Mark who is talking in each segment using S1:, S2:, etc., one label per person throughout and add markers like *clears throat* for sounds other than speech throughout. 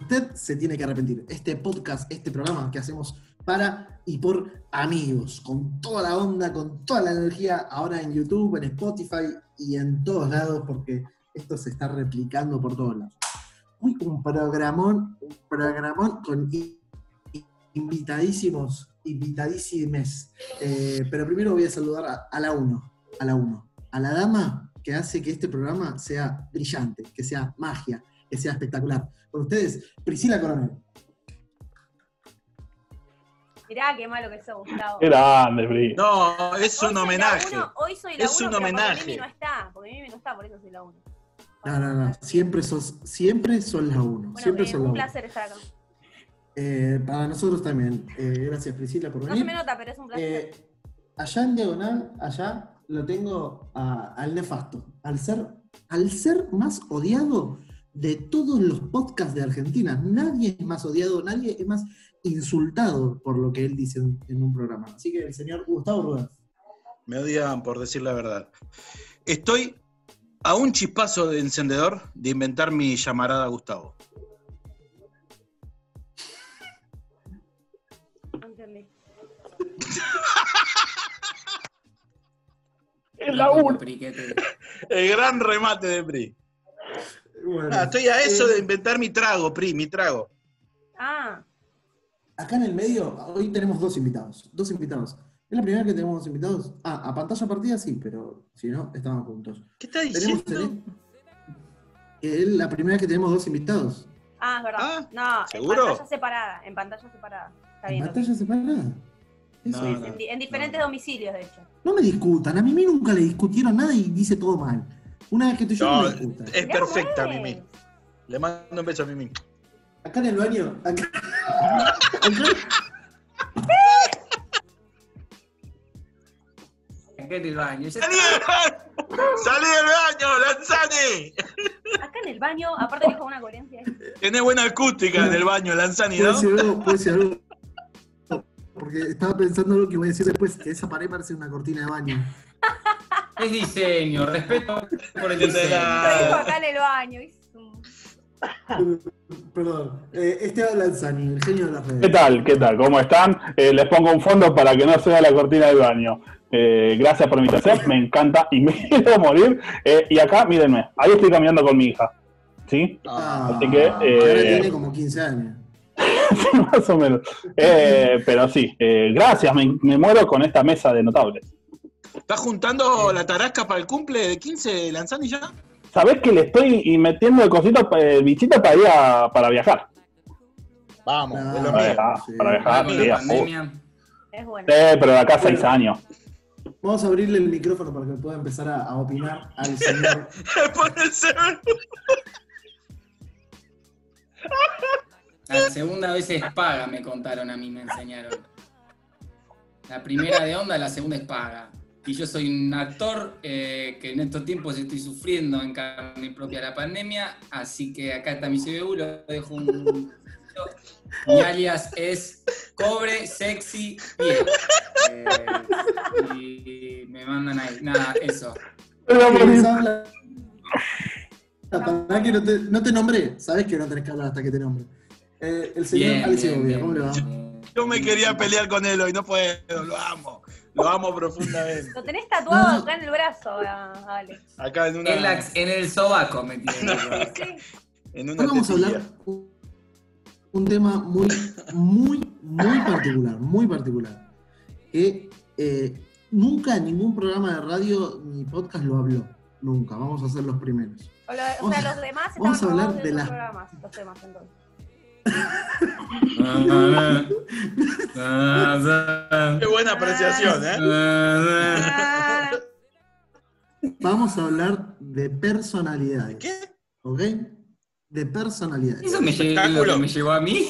S1: Usted se tiene que arrepentir. Este podcast, este programa que hacemos para y por amigos, con toda la onda, con toda la energía, ahora en YouTube, en Spotify y en todos lados, porque esto se está replicando por todos lados. Uy, un programón, un programón con i- i- invitadísimos, invitadísimes. Eh, pero primero voy a saludar a, a la 1, a la 1, a la dama que hace que este programa sea brillante, que sea magia, que sea espectacular. Con ustedes, Priscila Coronel.
S2: Mirá qué malo que sos, Gustavo.
S3: Qué grande, Bri.
S4: No, es
S2: Hoy soy
S4: un
S2: la
S4: homenaje.
S2: uno, hoy soy la
S4: Es
S2: uno,
S4: un
S2: pero
S4: homenaje.
S2: Porque Mimi no está, porque Mimi no está, por eso soy la 1.
S1: No, no, no, siempre sos, siempre son la 1,
S2: Bueno,
S1: siempre
S2: eh,
S1: son la
S2: un
S1: 1.
S2: placer estar acá.
S1: para nosotros también. Eh, gracias, Priscila, por
S2: No se
S1: venir.
S2: me nota, pero es un placer.
S1: Eh, allá en diagonal, allá lo tengo a- al nefasto, al ser, al ser más odiado de todos los podcasts de Argentina. Nadie es más odiado, nadie es más insultado por lo que él dice en, en un programa. Así que el señor Gustavo Rudolf.
S4: Me odian por decir la verdad. Estoy a un chispazo de encendedor de inventar mi llamarada a Gustavo.
S2: No entendí.
S3: Es la 1.
S4: El gran remate de Pri.
S1: Bueno,
S4: Ah, estoy a eso
S1: eh,
S4: de inventar mi trago, Pri, mi trago.
S2: Ah,
S1: Acá en el medio, hoy tenemos dos invitados. Dos invitados. ¿Es la primera vez que tenemos dos invitados? Ah, a pantalla partida sí, pero si no, estamos juntos.
S4: ¿Qué está
S1: Tenemos
S4: diciendo?
S1: el- es la primera vez que tenemos dos invitados.
S2: ah, es verdad.
S4: Ah,
S2: no,
S4: ¿seguro?
S2: en pantalla separada, en pantalla separada. Está
S1: ¿En
S2: bien.
S1: pantalla separada? Eso.
S4: No,
S2: Sí,
S4: no.
S2: en, di- en diferentes domicilios, de hecho.
S1: No me discutan, a Mimi nunca le discutieron nada y dice todo mal. Una vez que tú y yo no,
S4: No, eh,
S1: me discutan.
S4: Es
S2: Mirá cómo
S4: perfecta,
S2: es.
S4: Mimi. Le mando un beso a Mimi.
S1: Acá en el baño, acá,
S4: ¡Salí del baño! ¡Salí del baño, Lanzani!
S2: Acá en el baño, aparte dijo una coherencia. ahí.
S4: Tenés buena acústica en el baño, Lanzani,
S1: puede
S4: ¿no?
S1: ser algo, puede ser algo. Porque estaba pensando lo que voy a decir después, que esa pared parece una cortina de baño.
S5: Es diseño, respeto por el
S4: Desde
S5: diseño.
S2: Lo dijo
S4: la-
S2: acá en el baño. es un- Ah.
S1: Perdón. Eh, Esteban Lanzani, el genio de las redes.
S3: ¿Qué tal? ¿Qué tal? ¿Cómo están? Eh, les pongo un fondo para que no sea la cortina del baño. Eh, gracias por mi invitación, me encanta y *laughs* me quiero morir. Eh, y acá, mírenme, ahí estoy caminando con mi hija. ¿Sí? *laughs*
S1: Ah,
S3: Así que,
S1: Ahora
S3: eh,
S1: tiene como 15 años.
S3: Más o menos. Eh, pero sí, eh, gracias, me, me muero con esta mesa de notables.
S4: ¿Estás juntando la tarasca para el cumple de 15, Lanzani, ya?
S3: ¿Sabés que le estoy y metiendo el cosito, el bichito para ir a- para viajar?
S4: Vamos,
S1: Ah,
S4: es lo
S3: Para
S4: mío.
S3: viajar,
S1: sí.
S3: para viajar,
S5: Con
S3: sí,
S5: la
S3: a full.
S5: pandemia.
S2: Es bueno.
S3: Eh, pero de acá a seis años.
S1: Vamos a abrirle el micrófono para que pueda empezar a, a opinar al señor.
S4: *laughs* Ponerse-
S5: La segunda vez es paga, me contaron a mí, me enseñaron. La primera de onda, la segunda es paga. Y yo soy un actor eh, que en estos tiempos estoy sufriendo en carne propia la pandemia, así que acá está mi CBU, lo dejo un... *laughs* Mi alias es Cobre Sexy Pie. Eh, y me mandan ahí. Nada, eso.
S1: Empezaba la- La verdad que no te, no te nombré, sabes que no tenés que hablar hasta que te nombre. Eh, el señor
S5: Bien, bien,
S1: Alexis Bobia,
S5: bien.
S1: ¿cómo le va?
S4: Yo me quería pelear con él hoy, no puedo, lo amo. Lo amo profundamente.
S2: Lo tenés tatuado acá en el brazo, ah, Ale.
S4: Acá en una.
S5: En, la- en el sobaco me tiene.
S4: *laughs*
S2: Sí.
S4: en una
S1: Hoy vamos a
S4: tetilla.
S1: hablar un- un tema muy, muy, muy particular, muy particular. Que eh, nunca ningún programa de radio ni podcast lo habló. Nunca, vamos a ser los primeros.
S2: O, lo- o
S1: Vamos
S2: sea,
S1: a-
S2: los demás estaban
S1: vamos a hablar
S2: robados de,
S1: de
S2: los
S1: las-
S2: programas, los temas entonces.
S4: Qué buena apreciación, ¿eh?
S2: Ah,
S1: Vamos a hablar de personalidades.
S4: ¿Qué?
S1: ¿Ok? De personalidades.
S6: *laughs*
S5: Eso me llevó, lo que me llevó a mí.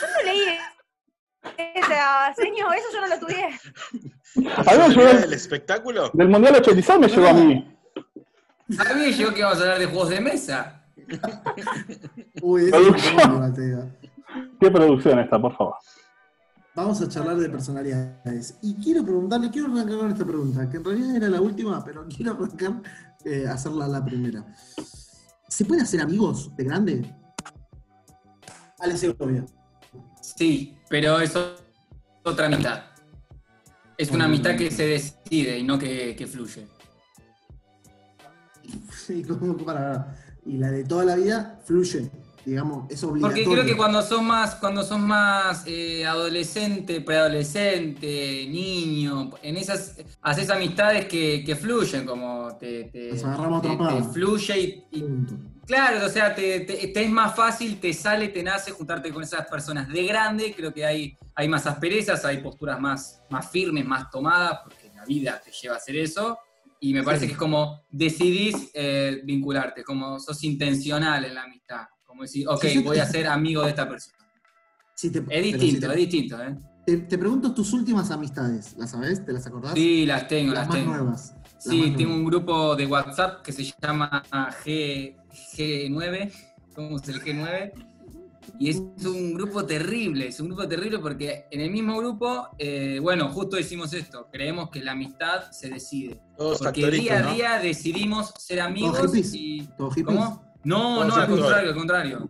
S2: yo no o sea, ah, señor, eso yo no lo estudié.
S3: A mí me llegó
S4: ¿El
S3: el-
S4: espectáculo?
S3: del Mundial 86 me llegó a mí.
S6: Sabía yo que íbamos a hablar de juegos de mesa.
S1: Uy, eso es un tema, te digo.
S3: ¿Qué producción esta, por favor?
S1: Vamos a charlar de personalidades. Y quiero preguntarle, quiero arrancar con esta pregunta, que en realidad era la última, pero *laughs* quiero arrancar eh, hacerla la primera. ¿Se pueden hacer amigos de grande? Ale Segovia.
S6: Sí, pero eso es otra mitad. Es una mitad que se decide y no que, que fluye.
S1: *laughs* Y, como para- y la de toda la vida fluye, digamos, es
S6: Porque
S1: obligatorio.
S6: creo que cuando sos más, cuando sos más eh, adolescente, preadolescente, niño, en esas haces amistades que, que fluyen, como te, te,
S1: Nos agarramos
S6: te-
S1: atrapados.
S6: te fluye y, y-
S1: Punto.
S6: claro, o sea, te, te- te es más fácil, te sale, te nace juntarte con esas personas de grande, creo que hay, hay más asperezas, hay posturas más, más firmes, más tomadas, porque la vida te lleva a hacer eso. Y me parece que es como decidís eh, vincularte, como sos intencional en la amistad. Como decir, ok,
S1: Sí, sí.
S6: voy a ser amigo de esta persona.
S1: Si te-
S6: Es
S1: pero si
S6: distinto, es
S1: te,
S6: distinto, ¿eh?
S1: te- te pregunto tus últimas amistades, ¿las sabés? ¿Te las acordás?
S6: Sí, las tengo,
S1: las
S6: las
S1: más
S6: tengo.
S1: nuevas. las más
S6: Sí,
S1: nuevas.
S6: tengo un grupo de WhatsApp que se llama G, G9, somos el G9, y es un grupo terrible, es un grupo terrible porque en el mismo grupo, eh, bueno, justo decimos esto, creemos que la amistad se decide.
S4: Todos
S6: Porque día
S4: actoritos,
S6: a
S4: ¿no?
S6: día decidimos ser amigos
S1: hippies.
S6: y...
S1: ¿Todos hippies?
S6: ¿Cómo? No,
S4: Todos
S6: no, al
S4: actores.
S6: contrario, al contrario.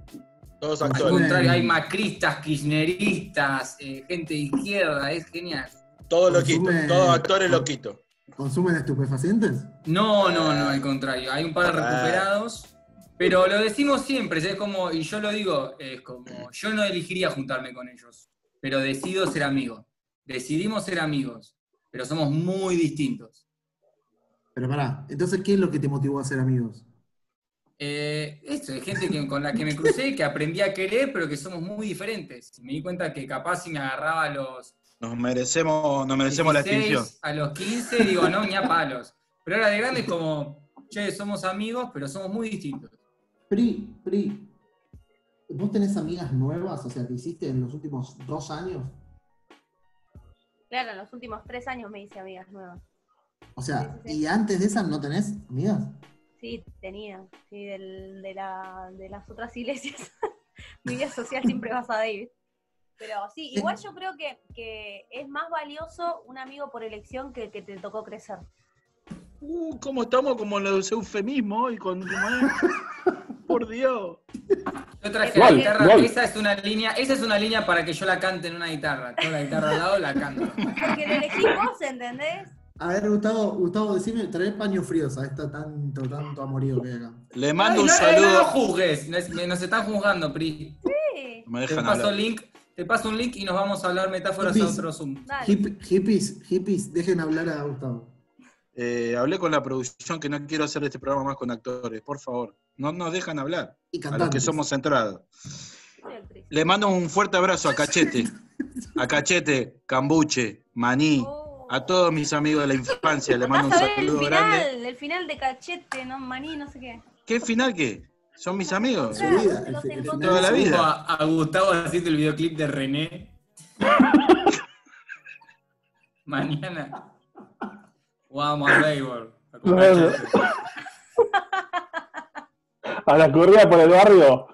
S4: Todos
S6: Al
S4: actores.
S6: contrario, hay macristas, kirchneristas, eh, gente de izquierda, es genial.
S4: Todos loquitos.
S1: Consume-
S4: Todos actores loquitos.
S1: ¿Consumen estupefacientes?
S6: No, no, no, al contrario. Hay un par de recuperados. Pero lo decimos siempre, es como, y yo lo digo, es como, yo no elegiría juntarme con ellos, pero decido ser amigo. Decidimos ser amigos, pero somos muy distintos.
S1: Pero pará, entonces, ¿qué es lo que te motivó a ser amigos?
S6: Eh, esto, hay gente que, con la que me crucé, que aprendí a querer, pero que somos muy diferentes. Me di cuenta que capaz si me agarraba a los
S4: Nos merecemos, nos merecemos la
S6: 16,
S4: extinción.
S6: A los 15 digo, no, ni a palos. Pero ahora de grande es como, che, somos amigos, pero somos muy distintos.
S1: Pri, Pri, ¿vos tenés amigas nuevas? O sea, ¿te hiciste en los últimos dos años?
S2: Claro, en los últimos tres años me hice amigas nuevas.
S1: O sea,
S2: Sí, sí, sí.
S1: ¿y antes de esas no tenés amigas?
S2: Sí, tenía. Sí, del- de, la, de las otras iglesias. *laughs* Mi vida social siempre vas a David. Pero sí, igual yo creo que, que es más valioso un amigo por elección que el que te tocó crecer.
S4: Uh, ¿cómo estamos? Como los eufemismos hoy con
S1: *laughs*
S4: Por Dios.
S6: Yo traje
S2: Gol,
S6: la guitarra,
S3: gol.
S6: esa es una línea, esa es una línea para que yo la cante en una guitarra. Tengo la guitarra al lado,
S4: *laughs*
S6: la canto.
S2: Porque lo elegís vos, ¿entendés?
S1: A ver, Gustavo, Gustavo, decime, trae paños fríos a esta tanto, tanto amorío que hay acá.
S4: Le mando un
S6: Ay, no,
S4: saludo.
S6: No, no juzgues, nos, me- nos están juzgando, Pri.
S2: Sí.
S4: Me
S6: Te
S4: dejan
S6: paso
S4: hablar.
S6: link, te paso un link y nos vamos a hablar metáforas a
S1: Bis.
S6: otro Zoom.
S2: Dale.
S1: Hip- hippies, hippies, dejen hablar a Gustavo.
S4: Eh, hablé con la producción que no quiero hacer este programa más con actores, por favor. No nos dejan hablar
S1: Y
S4: a los
S1: cantantes.
S4: que somos centrados.
S2: Soy actriz.
S4: Le mando un fuerte abrazo a Cachete, a Cachete, Cambuche, Maní,
S2: Oh.
S4: a todos mis amigos de la infancia. Le mando un
S2: Vas a ver el
S4: saludo
S2: final,
S4: grande.
S2: el final de cachete, no maní, no sé qué.
S4: ¿Qué final qué? ¿Son mis amigos?
S1: Su vida, el, fi- el final
S4: Toda
S1: de
S4: la
S1: su
S4: vida.
S6: A, a Gustavo haciendo el videoclip de René. Mañana. Vamos a Baybor. a comprar
S3: Bueno.
S6: chicles.
S3: A la corrida por el barrio.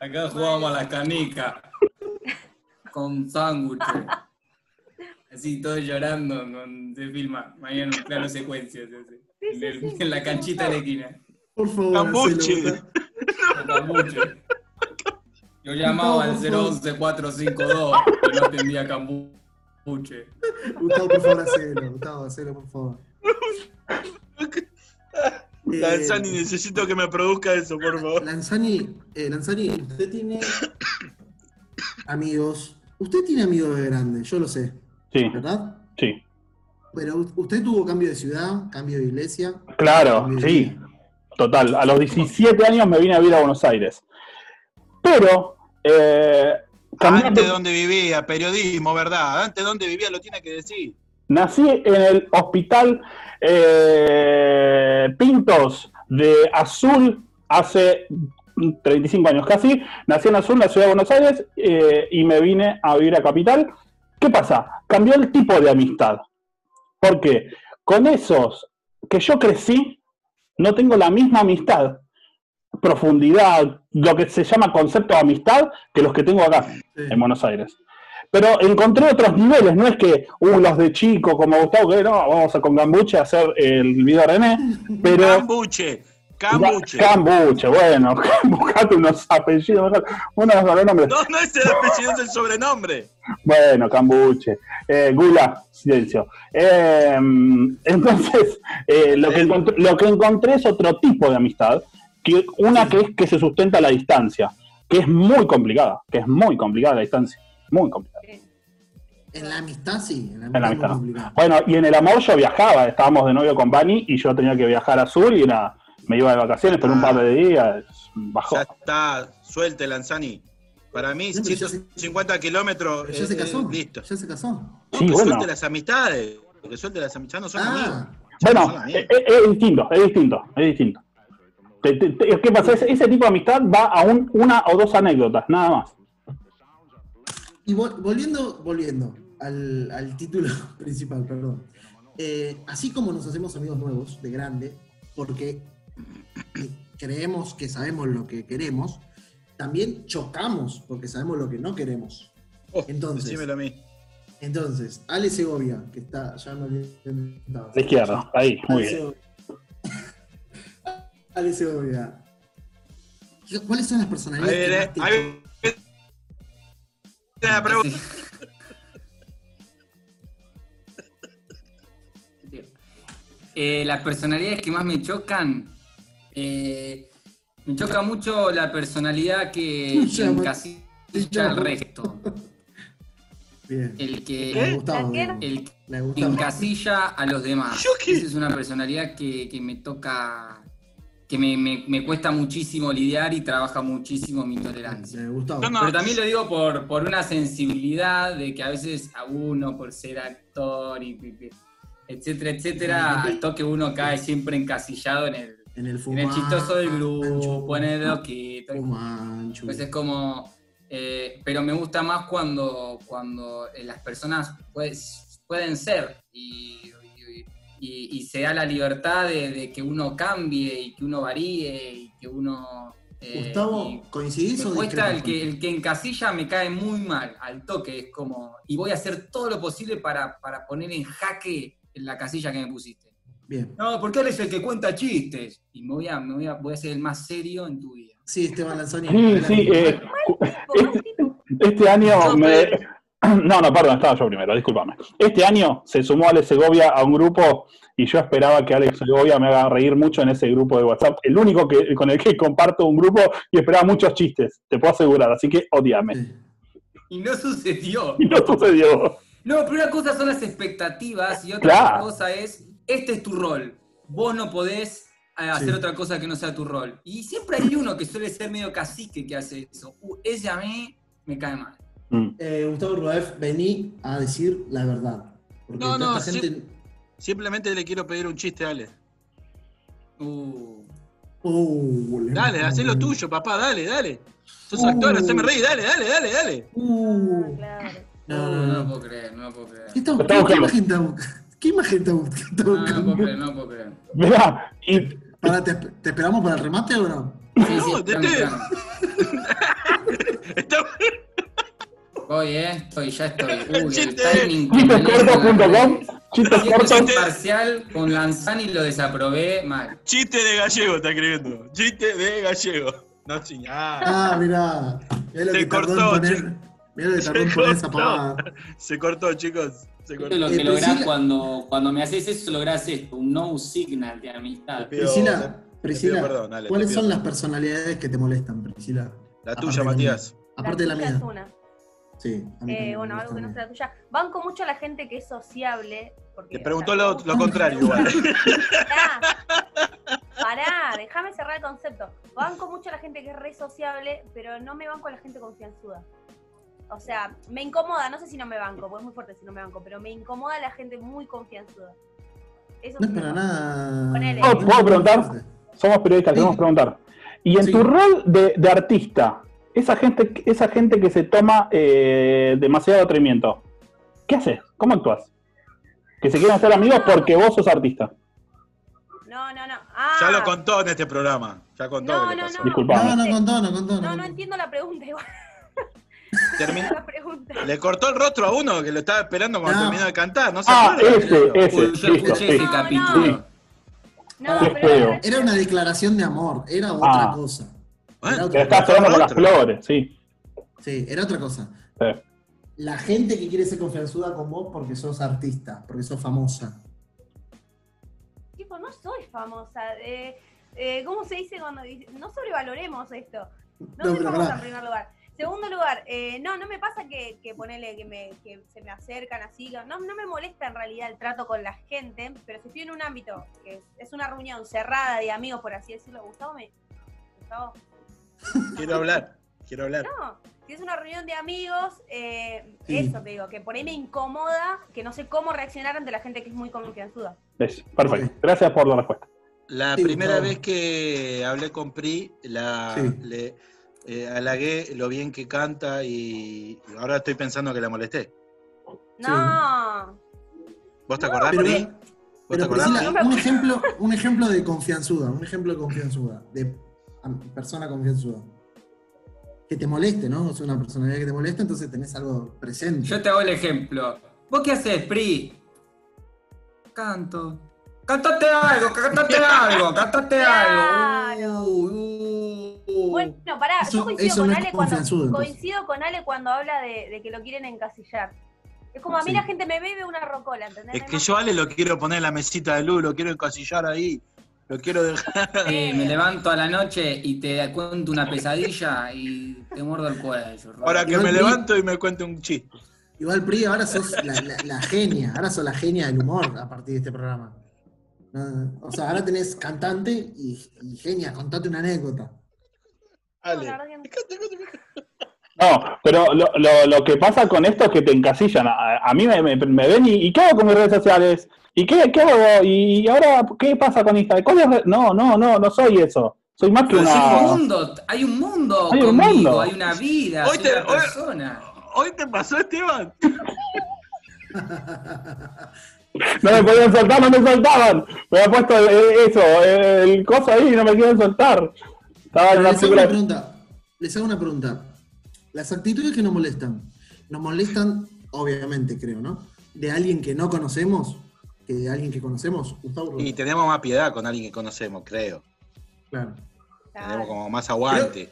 S6: Acá jugábamos a las canicas. Con sándwiches. Así, todo llorando. Con, se filma. Mañana un plano secuencia. se hace. En, el- en la canchita de la esquina.
S1: Por favor,
S4: Cambuche.
S1: hacelo, Gustavo.
S6: Con buche. Yo llamaba al 011-452 y no atendía cambuche.
S1: Gustavo, por favor, hacelo. Gustavo, hacelo, por
S4: *laughs*
S1: favor. Eh,
S4: Lanzani, necesito que me produzca eso, por favor.
S1: Lanzani, eh, Lanzani, usted tiene amigos. Usted tiene amigos de grande, yo lo sé,
S3: Sí,
S1: ¿verdad?
S3: sí.
S1: Pero u- usted tuvo cambio de ciudad, cambio de iglesia.
S3: Claro,
S1: cambio de
S3: sí.
S1: vida.
S3: Total, a los 17 años me vine a vivir a Buenos Aires. Pero, eh, cambié-
S4: Antes donde vivía, periodismo, ¿verdad? Antes donde vivía lo tiene que decir.
S3: nací en el hospital eh, Pintos de Azul hace 35 años casi, nací en la sur, en la ciudad de Buenos Aires, eh, y me vine a vivir a Capital. ¿Qué pasa? Cambió el tipo de amistad. Porque con esos que yo crecí, no tengo la misma amistad, profundidad, lo que se llama concepto de amistad, que los que tengo acá, en Buenos Aires. Pero encontré otros niveles, no es que, uh, los de chico, como Gustavo, que no, vamos a con Gambuche a hacer el video de René, pero...
S4: Cambuche, cambuche.
S3: Cambuche, bueno, *laughs* buscate unos apellidos mejor. Uno de los nombres.
S4: No, no es el apellido, es el sobrenombre.
S3: Bueno, Cambuche. Eh, Gula, silencio. Eh, *laughs* entonces, eh, lo, que encontré, lo que encontré es otro tipo de amistad, que una que es que se sustenta a la distancia, que es muy complicada, que es muy complicada la distancia, muy complicada.
S1: En la amistad, sí. En la
S3: En la
S1: amistad, es muy
S3: amistad.
S1: complicado.
S3: Bueno, y en el amor yo viajaba, estábamos de novio con Bani y yo tenía que viajar a Sur y era, me iba de vacaciones por un par de días, bajó.
S4: Ah.
S1: *laughs*
S4: Ya está, suelte, Lanzani. Para mí,
S1: No, pero ya se-
S4: 150 kilómetros.
S1: Pero ya se
S4: eh,
S1: casó.
S4: eh, listo.
S1: Ya se casó.
S4: No,
S3: Sí,
S4: que
S3: bueno.
S4: suelte las amistades. Que suelte las amistades. Ya No son amigos.
S1: Ah,
S4: Ya ¿eh? no
S3: Bueno, eh,
S4: son
S3: es,
S4: amigos.
S3: es- es distinto, es distinto, es distinto. Te- te- te- ¿Qué pasa? Ese, ese tipo de amistad va a un- una o dos anécdotas, nada más.
S1: y vol- volviendo, volviendo al, al título *laughs* principal, perdón. Eh, así como nos hacemos amigos nuevos, de grande, porque creemos que sabemos lo que queremos, también chocamos porque sabemos lo que no queremos.
S4: Oh,
S1: Entonces.
S4: decímelo a mí.
S1: Entonces, Ale Segovia, que está, ya me olvidé dónde estaba.
S3: La izquierda, ahí, muy
S1: Ale
S3: bien.
S1: Segovia. *laughs* Ale Segovia. ¿Qué- ¿Cuáles son las
S4: Ahí
S1: personalidades? que
S4: viene,
S1: más te
S4: eh, ahí
S1: chocan?
S4: viene la pregunta.
S6: *laughs* Eh, las personalidades que más me chocan. eh, me choca mucho la personalidad que
S1: *laughs* Sí,
S6: encasilla
S1: bueno.
S6: al resto.
S1: Bien.
S6: El
S1: Le
S6: que,
S1: gustaba.
S2: ¿Qué?
S1: bien.
S6: el
S1: Le
S6: que
S1: gustaba.
S6: encasilla a los demás. Esa es una personalidad que, que me toca. que me, me- me cuesta muchísimo lidiar y trabaja muchísimo mi tolerancia.
S1: Le gustaba.
S4: No, no.
S6: Pero también lo digo por, por una sensibilidad de que a veces a uno, por ser actor, y, y- y- etcétera, etcétera, al toque uno cae siempre encasillado en el,
S1: En el
S6: en el chistoso del grupo, en el loquito.
S1: Fumanchu.
S6: Entonces es como... eh, pero me gusta más cuando, cuando eh, las personas pues, pueden ser y, y- y- y se da la libertad de, de que uno cambie y que uno varíe y que uno... eh, y-
S1: Gustavo, ¿coincidís
S6: me
S1: o
S6: cuesta
S1: discrepas
S6: el que, el que encasilla me cae muy mal, al toque, es como, y voy a hacer todo lo posible para, para poner en jaque la casilla que me pusiste.
S1: con- Bien.
S6: No, porque él es el que cuenta chistes. Y me voy a, me voy a, voy a ser el más serio en tu vida.
S1: Sí, Esteban Lanzani.
S3: Sí, sí, eh,
S1: *laughs*
S3: este año me... *clears throat* No, no, perdón, estaba yo primero, discúlpame. Este año se sumó Alex Segovia a un grupo y yo esperaba que Alex Segovia me haga reír mucho en ese grupo de WhatsApp, el único que, con el que comparto un grupo y esperaba muchos chistes, te puedo asegurar, así que odiame.
S1: Sí.
S6: Y no sucedió.
S3: Y no sucedió.
S6: No, pero una cosa son las expectativas y otra
S3: Claro.
S6: cosa es, este es tu rol. Vos no podés eh, hacer
S1: Sí.
S6: otra cosa que no sea tu rol. Y siempre hay uno que suele ser medio cacique que hace eso. Uh, ese a mí me cae mal.
S3: Mm.
S1: Eh, Gustavo Rudaef, vení a decir la verdad. Porque
S4: No,
S1: toda
S4: no,
S1: esta
S4: sí.
S1: gente.
S4: Simplemente le quiero pedir un chiste, dale.
S6: Uh.
S1: Uh, le-
S4: Dale, haz lo tuyo, papá, dale, dale. Sos
S1: Uh.
S4: actor, haceme reír, dale, dale, dale, dale.
S1: Uh.
S2: claro.
S1: No,
S6: no, no
S1: no,
S6: lo
S1: no.
S6: puedo creer, no lo puedo creer.
S1: ¿Qué, está,
S3: Lo
S1: buscando?
S3: estamos
S1: ¿Qué
S3: buscando.
S1: imagen está buscando? ¿Qué imagen está buscando? Está
S6: Ah, No, no puedo
S1: buscando.
S6: creer, no puedo creer.
S3: Mirá, y
S1: Pará, ¿te, te esperamos para el remate o no?
S6: Sí, sí,
S4: No,
S6: espérame,
S4: Tete.
S6: espérame.
S4: Está-
S6: Voy, eh, estoy, ya estoy. Uy, el
S4: Chiste.
S6: timing. que me
S3: chistescortos.com,
S6: hizo la- Siento
S3: chistescortos.
S6: un parcial con Lanzani lo desaprobé mal.
S4: Chiste de gallego está escribiendo. Chiste de gallego. No, sin. Ah,
S1: Ah, mirá. Mirá lo
S4: Se
S1: que tardó
S4: cortó,
S1: en poner.
S4: chico.
S1: Mirá lo que tardó en
S4: Se
S1: poner esa
S4: cortó.
S1: pavada.
S4: se cortó, chicos. Se
S7: Esto
S4: cortó.
S7: es lo
S1: Eh,
S7: que lográs
S1: Priscila-
S7: cuando, cuando me haces eso, lográs esto, un no signal de amistad.
S4: Te pido- te- te
S1: Priscila,
S4: pido
S1: Priscila,
S4: perdón, dale, te
S1: ¿cuáles
S4: pido
S1: son las Ah,
S4: perdón.
S1: personalidades que te molestan, Priscila?
S4: La
S1: aparte
S4: tuya,
S1: de la
S4: Matías.
S1: Aparte de la
S2: tuya
S1: mía.
S2: es una.
S1: Sí, a mí
S2: Eh,
S1: también
S2: bueno,
S1: me
S2: algo que no
S1: molestan.
S2: sea tuya. Banco mucho a la gente que es sociable. Porque,
S4: Te preguntó
S2: o sea,
S4: lo, lo contrario, igual. *laughs*
S2: Pará, pará, déjame cerrar el concepto. Banco mucho a la gente que es re sociable, pero no me banco a la gente confianzuda. O sea, me incomoda, no sé si no me banco, porque es muy fuerte si no me banco, pero me incomoda la gente muy confianzuda. Eso
S1: No
S2: sí
S1: es
S2: me
S1: para
S2: pasa.
S1: nada.
S2: Ponele.
S3: Oh, ¿puedo preguntar? Somos periodistas, queremos preguntar. Y en
S5: Sí.
S3: tu rol de, de artista, esa gente, esa gente que se toma eh, demasiado atrevimiento, ¿qué haces? ¿Cómo actúas? Que se quieren hacer amigos porque vos sos artista.
S2: No, no, no. Ah,
S4: Ya lo contó en este programa. Ya contó
S2: No,
S4: que le
S2: no,
S4: pasó.
S2: no.
S3: Disculpame.
S1: No, no, contó, no contó.
S2: No, no
S1: contó.
S2: entiendo la pregunta igual. *laughs*
S4: Termin-
S2: La pregunta.
S4: Le cortó el rostro a uno que lo estaba esperando cuando
S1: No. eh.
S4: terminó de cantar. No se
S3: Ah,
S4: acuerda.
S3: ese, ese,
S6: Uy, yo
S3: listo,
S6: escuché ese
S3: sí.
S2: No,
S6: capítulo.
S3: no.
S2: No,
S3: Qué
S2: pero
S3: feo.
S1: Era una declaración de amor, era otra
S3: Ah.
S1: cosa.
S4: Bueno,
S1: Era
S3: Te
S1: otra
S3: estás
S1: cosa.
S3: esperando con las flores, sí.
S1: Sí, era otra cosa.
S3: Sí.
S1: La gente que quiere ser confianzuda con vos porque sos artista, porque sos famosa.
S2: tipo, no soy famosa. eh, eh, ¿Cómo se dice cuando dice? No sobrevaloremos esto. No,
S1: No,
S2: soy
S1: pero
S2: famosa
S1: pará.
S2: en primer lugar. Segundo lugar, eh, no, no me pasa que, que ponele que, me, que se me acercan así. que- No, no me molesta en realidad el trato con la gente, pero si estoy en un ámbito que es, es una reunión cerrada de amigos, por así decirlo, Gustavo me. Gustavo.
S4: Quiero hablar. Quiero hablar.
S2: No, si es una reunión de amigos, eh,
S1: Sí.
S2: eso te digo, que por ahí me incomoda, que no sé cómo reaccionar ante la gente que es muy confianzuda.
S3: Es, perfecto. Gracias por la respuesta.
S4: La
S1: Sí,
S4: primera
S1: Gustavo.
S4: vez que hablé con Pri, la,
S1: Sí.
S4: le eh, halagué lo bien que canta y ahora estoy pensando que la molesté.
S2: No,
S1: Uh,
S4: ¿Vos te acordás,
S1: Pero,
S4: Pri?
S1: pero,
S4: ¿Vos te acordás?
S2: No
S1: Priscila,
S2: me-
S1: un ejemplo, un ejemplo de confianzuda, un ejemplo de confianzuda, de am- persona confianzuda. Que te moleste, ¿no? Es una personalidad que te molesta, entonces tenés algo presente.
S6: Yo te hago el ejemplo. ¿Vos qué haces, Pri? Canto. Cantate algo, cantate algo, cantate
S2: Claro.
S6: algo. Uy, uy.
S2: Bueno, pará, yo
S1: Eso-
S2: coincido
S1: eso
S2: con
S1: no es
S2: Ale cuando
S1: confianzudo, entonces.
S2: coincido con Ale cuando habla de, de que lo quieren encasillar. Es como a mí
S1: Sí.
S2: la gente me bebe una rocola, ¿entendés?
S4: Es
S2: No
S4: que
S2: hay
S4: yo a Ale lo quiero poner en la mesita de luz, lo quiero encasillar ahí, lo quiero dejar.
S6: Eh, me levanto a la noche y te cuento una pesadilla y te muerdo el cuello. Rob.
S4: Ahora que
S1: Igual
S4: me
S1: Pri-
S4: levanto y me cuente un chiste.
S1: Igual, Pri, ahora sos la, la- la genia, ahora sos la genia del humor a partir de este programa. No, no, O sea, ahora tenés cantante y, y genia, contate una anécdota.
S2: más- no,
S4: Ale.
S2: la verdad que no.
S3: No, pero lo, lo- lo que pasa con esto es que te encasillan. A, a mí me, me- me ven y, ¿y qué hago con mis redes sociales? ¿Y qué, qué hago? ¿Y ahora qué pasa con Instagram? ¿Cuál es re- No, no, no, no soy eso. Soy más que
S6: Pero hay un
S3: una...
S6: mundo, hay un mundo
S3: Hay un
S6: conmigo,
S3: mundo.
S6: hay una vida,
S4: Hoy
S6: soy
S4: te-
S6: una
S4: hoy-
S6: persona.
S4: ¿Hoy te pasó, Esteban?
S3: No me podían soltar, no me soltaban. Me había puesto eh, eso, eh, el coso ahí y no me quieren soltar. Estaba en
S1: les
S3: una
S1: hago una
S3: película...
S1: pregunta. Les hago una pregunta. Las actitudes que nos molestan, nos molestan, obviamente, creo, ¿no? De alguien que no conocemos, que de alguien que conocemos, Gustavo.
S4: Y tenemos más piedad con alguien que conocemos, creo.
S1: Claro.
S4: Tenemos
S2: Claro.
S4: como más aguante.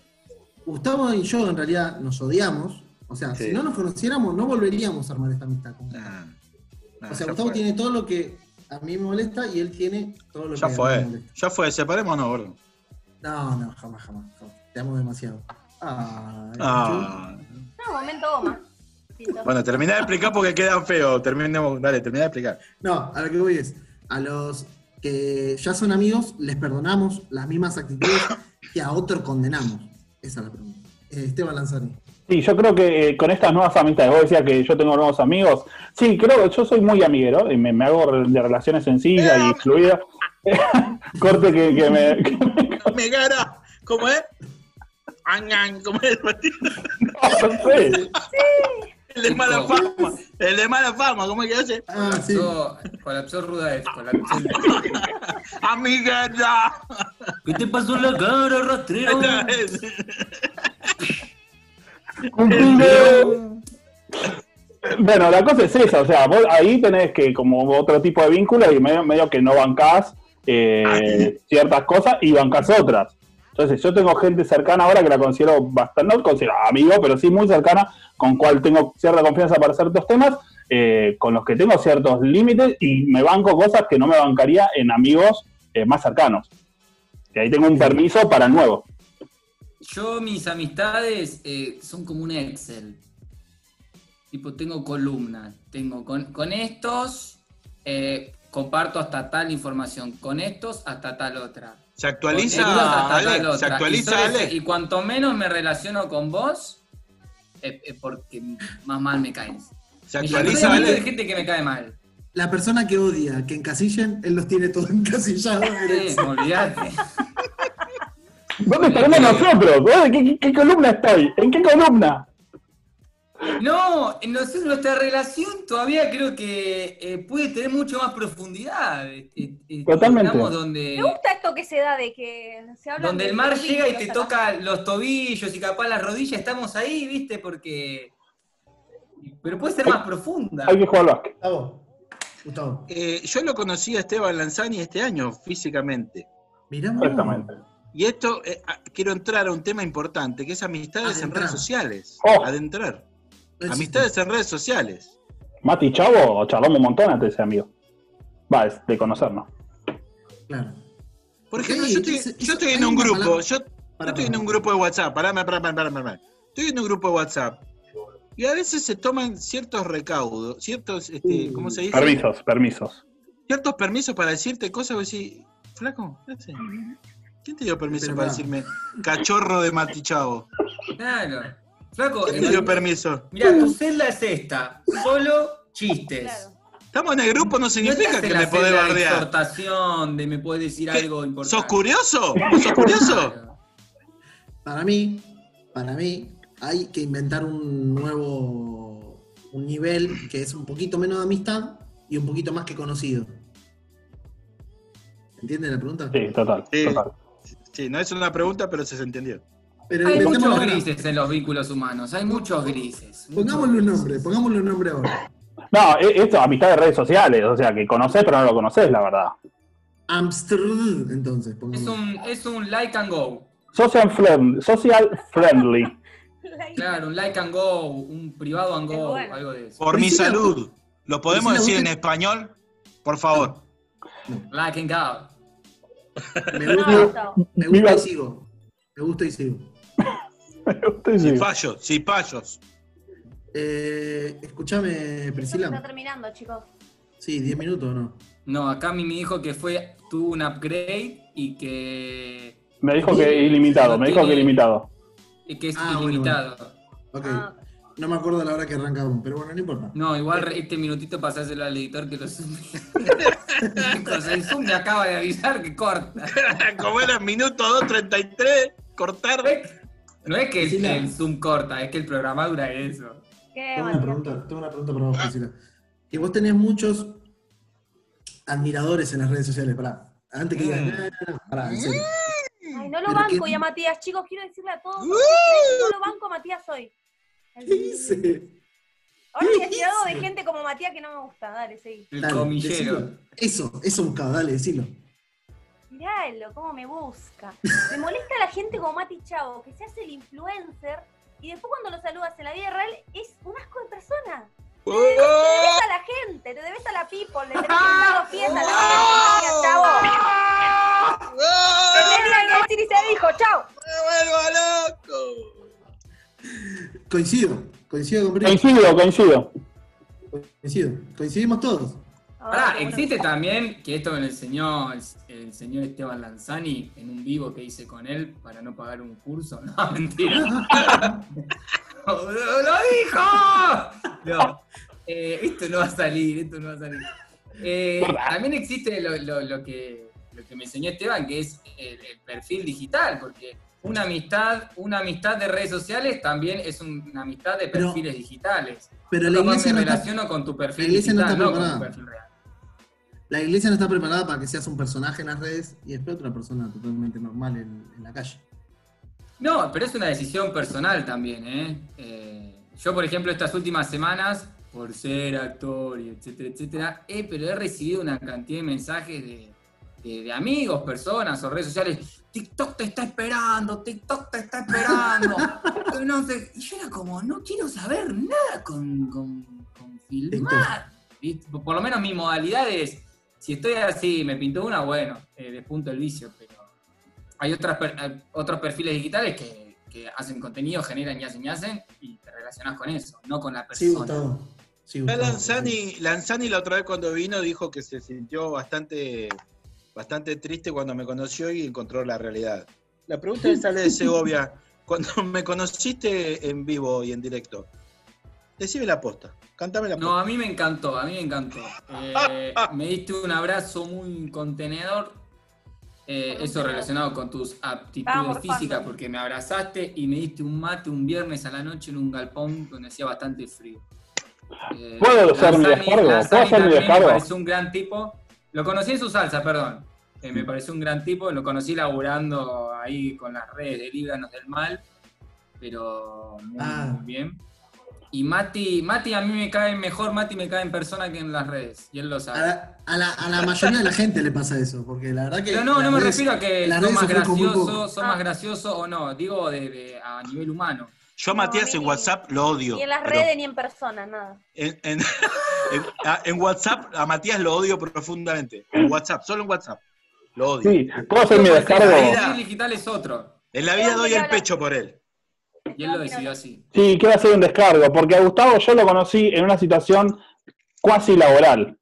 S1: Gustavo y yo en realidad nos odiamos. O sea,
S4: Sí.
S1: si no nos conociéramos, no volveríamos a armar esta amistad. con Gustavo. o
S4: Nah, nah,
S1: sea,
S4: Ah, ya
S1: Gustavo
S4: fue.
S1: tiene todo lo que a mí me molesta y él tiene todo lo
S4: Ya
S1: que a
S4: fue,
S1: mí me molesta.
S4: ya fue, separémonos, gordo.
S1: No, no, jamás, jamás. jamás. Te amo demasiado. Ay,
S4: Ah.
S2: No, momento goma. Pinto.
S4: Bueno, terminá de explicar porque quedan feos. Terminemos, dale, terminá de explicar.
S1: No, a lo que voy es, a los que ya son amigos, les perdonamos las mismas actitudes que a otros condenamos. Esa es la pregunta. Eh, Esteban Lanzani.
S3: Sí, yo creo que eh, con estas nuevas amistades, vos decías que yo tengo nuevos amigos. Sí, creo que yo soy muy amiguero y me, me hago re- de relaciones sencillas y fluidas. *laughs* Corte que, que me. que me-
S4: Me gana, ¿cómo es? Angan, ¿cómo es?
S3: no sé.
S4: El de mala fama, el de mala fama, ¿cómo es que hace?
S1: Ah, sí.
S6: Colapsó, colapsó Rudolf, colapsó.
S4: ¡Amiguera!
S6: ¿Qué te pasó en la cara, rastrero?
S3: Cumplido. Bueno, la cosa es esa, o sea, vos ahí tenés que como otro tipo de vínculo y medio, medio que no bancás eh, ciertas cosas y bancás otras. Entonces, yo tengo gente cercana ahora que la considero bastante, no considero amigo, pero sí muy cercana, con cual tengo cierta confianza para ciertos temas, eh, con los que tengo ciertos límites y me banco cosas que no me bancaría en amigos eh, más cercanos. Y ahí tengo un permiso para el nuevo.
S6: Yo, mis amistades eh, son como un Excel. Tipo, tengo columnas. Tengo con, con estos, eh, comparto hasta tal información. Con estos, hasta tal otra.
S4: Se
S6: Con estos,
S4: actualiza,
S6: hasta tal
S4: Ale, se
S6: otra. Y
S4: actualiza,
S6: soy-
S4: Ale.
S6: Y cuanto menos me relaciono con vos, es porque más mal me caes.
S4: Se
S6: Me
S4: actualiza,
S6: lleno de
S4: Ale.
S6: gente que me cae mal.
S1: La persona que odia, *laughs*
S4: *laughs*
S1: que encasillen, él los tiene todos encasillados.
S6: Sí, olvidate.
S3: ¿Dónde estaremos nosotros? ¿Dónde- ¿Qué, qué, qué columna estoy? ¿En qué columna?
S6: No, nosotros- nuestra relación todavía creo que eh, puede tener mucho más profundidad. Este, este,
S3: Totalmente.
S6: estamos
S2: Me
S6: donde,
S2: gusta esto que se da de que se habla.
S6: donde el mar llega y te toca los tobillos y capaz las rodillas, estamos ahí, ¿viste? Porque. Pero puede ser más profunda.
S3: Hay que jugar al básquet.
S1: Gustavo, Gustavo,
S4: Eh, yo lo conocí a Esteban Lanzani este año físicamente.
S3: Mm.
S1: miramos.
S3: Exactamente.
S4: Y esto, eh, ah, quiero entrar a un tema importante, que es amistades
S1: Adentrar.
S4: en redes sociales.
S3: Oh.
S4: Adentrar. Amistades en redes sociales.
S3: Mati Chavo, charlamos un montón antes de ser amigo. Va, es de conocernos.
S1: Claro.
S4: Por
S1: Ok,
S4: ejemplo, yo, estoy,
S1: entonces,
S4: yo
S1: eso-
S4: estoy
S1: hay
S4: en un
S1: una
S4: grupo,
S1: palabra-
S4: yo, yo
S1: Pará,
S4: estoy en
S1: pará.
S4: un grupo de WhatsApp, pará, pará, pará, pará, pará, pará. Estoy en un grupo de WhatsApp. Y a veces se toman ciertos recaudos, ciertos, este,
S1: Uh,
S4: ¿cómo se dice?
S3: Permisos, permisos.
S4: Ciertos permisos para decirte cosas que decís, flaco, ¿qué haces? ¿Quién te dio permiso
S1: Pero
S4: para
S1: pará.
S4: decirme cachorro de matichavo?
S6: Claro. Flaco, eh,
S4: ¿Quién te dio permiso?
S6: mira, tu celda es esta. Solo chistes.
S2: Claro.
S4: Estamos en el grupo, no
S6: No estás
S4: significa
S6: en
S4: que
S6: la
S4: me podés
S6: celda de
S4: bardear.
S6: exhortación, de me podés decir
S4: ¿Qué?
S6: algo importante.
S4: ¿Sos curioso? ¿Vos ¿Sos curioso? *laughs*
S6: Claro.
S1: Para mí, para mí, hay que inventar un nuevo un nivel que es un poquito menos de amistad y un poquito más que conocido. ¿Entienden la pregunta?
S3: Sí, total.
S4: Sí.
S3: total.
S4: Sí, no es una pregunta, pero se entendió.
S1: Pero
S6: Hay
S1: inventemos
S6: muchos
S1: ahora.
S6: grises en los vínculos humanos, hay muchos grises.
S1: Pongámosle un nombre, pongámosle un nombre ahora.
S3: No, e- esto, amistades de redes sociales. O sea, que conocés, pero no lo conocés, la verdad.
S1: Amsterdam, entonces.
S6: Es
S1: Pongámosle.
S6: un, es un like and go.
S3: Social friendly. Social friendly.
S2: *laughs*
S6: Claro, un like and go, un privado and
S2: Es
S6: go,
S2: bueno.
S6: algo de eso.
S4: Por mi
S1: Priscila,
S4: salud. ¿Lo podemos
S1: Priscila,
S4: decir en
S1: usted-
S4: español? Por favor.
S6: Like and go.
S1: Me
S2: No,
S6: Ah.
S1: gusta,
S2: Gustavo.
S1: me
S3: Viva-
S1: gusta y sigo. Me gusta y sigo.
S3: *laughs* Usted sí.
S4: Sin fallos, sin fallos.
S1: Eh, escúchame,
S2: Esto está
S1: Priscila.
S2: terminando, chicos.
S1: Sí, 10 minutos o no.
S6: No, acá Mimi dijo que fue, tuvo un upgrade y que,
S3: Me dijo que ilimitado, me dijo que ilimitado.
S6: y que es
S1: Ah, bueno,
S6: ilimitado.
S1: Ok.
S2: Ah,
S1: No me acuerdo la hora que arranca aún, pero bueno, no importa.
S6: No, igual re- este minutito pasáselo al editor que
S1: *laughs*
S6: lo sume. Cosa, el Zoom me acaba de avisar que corta.
S4: *laughs* Como era minuto 2.33, cortar.
S6: No es que el, el Zoom corta, es que el programa dura eso.
S2: qué
S1: Tengo una
S2: barbaridad.
S1: pregunta, tengo una pregunta para vos, Priscila. Que vos tenés muchos admiradores en las redes sociales, pará. Antes que digas, no,
S4: Mm.
S1: no, no, pará, en
S6: *laughs*
S1: serio.
S2: Ay, no lo
S1: Pero
S2: banco
S1: qué-
S2: ya, Matías, chicos, quiero decirle a todos.
S4: Uh.
S2: No lo banco a Matías hoy.
S1: ¿Qué hice?
S2: Ahora
S1: ¿Qué
S2: voy a decir algo de
S1: hice?
S2: gente como Matías que no me gusta. Dale, seguí.
S6: El
S1: Dale,
S6: comillero.
S1: decilo. Eso, eso buscaba, dale, decilo.
S2: Miralo, cómo me busca. Me molesta la gente como Mati Chavo, que se hace el influencer y después cuando lo saludas en la vida real es un asco de persona.
S4: Uh.
S2: Te
S1: ¡Oh!
S2: debes a la gente, te debes a la people, le tenés que
S1: ¡Ah!
S2: dar ofrenda a la gente, Matías Chavo.
S1: ¡Ah!
S2: Te tenés que decir y se dijo, chao.
S1: Coincido, coincido con Priscila.
S3: Coincido, coincido.
S1: Coincido, coincidimos todos.
S6: Pará,
S2: Ahora,
S6: existe también, que esto me lo enseñó el, el señor Esteban Lanzani en un vivo que hice con él para no pagar un curso. *laughs* No, mentira. ¡Lo dijo! No, eh, esto no va a salir, esto no va a salir. Eh, también existe lo, lo- lo que, lo que me enseñó Esteban, que es el, el perfil digital, porque una amistad, una amistad de redes sociales también es una amistad de
S1: Pero-
S6: perfiles digitales.
S1: Pero
S6: Yo
S1: la
S6: capaz
S1: iglesia,
S6: me
S1: no está,
S6: relaciono con tu perfil
S1: la iglesia no
S6: digital,
S1: está
S6: no, con tu
S1: preparada.
S6: perfil real.
S1: la iglesia no está preparada para que seas un personaje en las redes y después otra persona totalmente normal en, en la calle.
S6: No, pero es una decisión personal también, ¿eh? Eh, Yo, por ejemplo, estas últimas semanas, por ser actor y etcétera, etcétera, eh, pero he recibido una cantidad de mensajes de, eh, de- de amigos, personas o redes sociales. TikTok te está esperando, TikTok te está esperando. Que no sé- Y yo era como, no quiero saber nada con, con- con filmar. ¿viste? Por- Por lo menos mi modalidad es, si estoy así, me pintó una, bueno, eh, despunto el vicio, pero hay otras per- eh, otros perfiles digitales que, que hacen contenido, generan y hacen y hacen, y te relacionás con eso, no con la
S1: Sí,
S6: persona.
S1: Gustavo. Sí,
S4: Ya
S1: Gustavo.
S4: Lanzani, Lanzani la otra vez cuando vino dijo que se sintió bastante, bastante triste cuando me conoció y encontró la realidad. La pregunta es sale
S3: *laughs*
S4: de Segovia. Cuando me conociste en vivo y en directo, decime la posta, cantame la
S6: no,
S4: posta.
S6: a mí me encantó, a mí me encantó. Eh, me diste un abrazo muy contenedor. Eh, eso relacionado con tus aptitudes
S2: Estábamos
S6: físicas,
S2: pasando.
S6: porque me abrazaste y me diste un mate un viernes a la noche en un galpón donde hacía bastante frío. Eh,
S3: ¿Puedo hacer mi
S6: Lanzani-
S3: descargo? ¿Puedo
S6: Lanzani
S3: hacer mi
S6: también
S3: descargo?
S6: Me pareció un gran tipo. Lo conocí en su salsa, perdón. Eh, me pareció un gran tipo. Lo conocí laburando ahí con las redes de Líbranos del Mal. Pero muy,
S1: Ah.
S6: muy bien. Y Mati, Mati a mí me cae mejor, Mati me cae en persona que en las redes. Y él lo sabe.
S1: A la, a la- a la mayoría de la gente le pasa eso, porque la verdad que.
S6: Pero no,
S1: las
S6: no me
S1: redes-
S6: refiero a que
S1: las
S6: son
S1: redes
S6: más
S1: se fue con muy
S6: gracioso,
S1: poco.
S6: son más gracioso o no, digo de, de- a nivel humano.
S8: Yo a Matías en WhatsApp lo odio.
S2: Ni en las
S8: pero
S2: redes ni en persona, nada.
S4: En, *laughs* en- en- a- en WhatsApp, a Matías lo odio profundamente. En WhatsApp, solo en WhatsApp. Lo odio.
S3: Sí, ¿puedo hacer mi
S6: El
S3: descargo?
S6: perfil digital es otro.
S4: En la vida doy el pecho por él.
S6: Y él lo decidió así.
S3: Sí, quiero hacer un descargo, porque a Gustavo yo lo conocí en una situación cuasi laboral.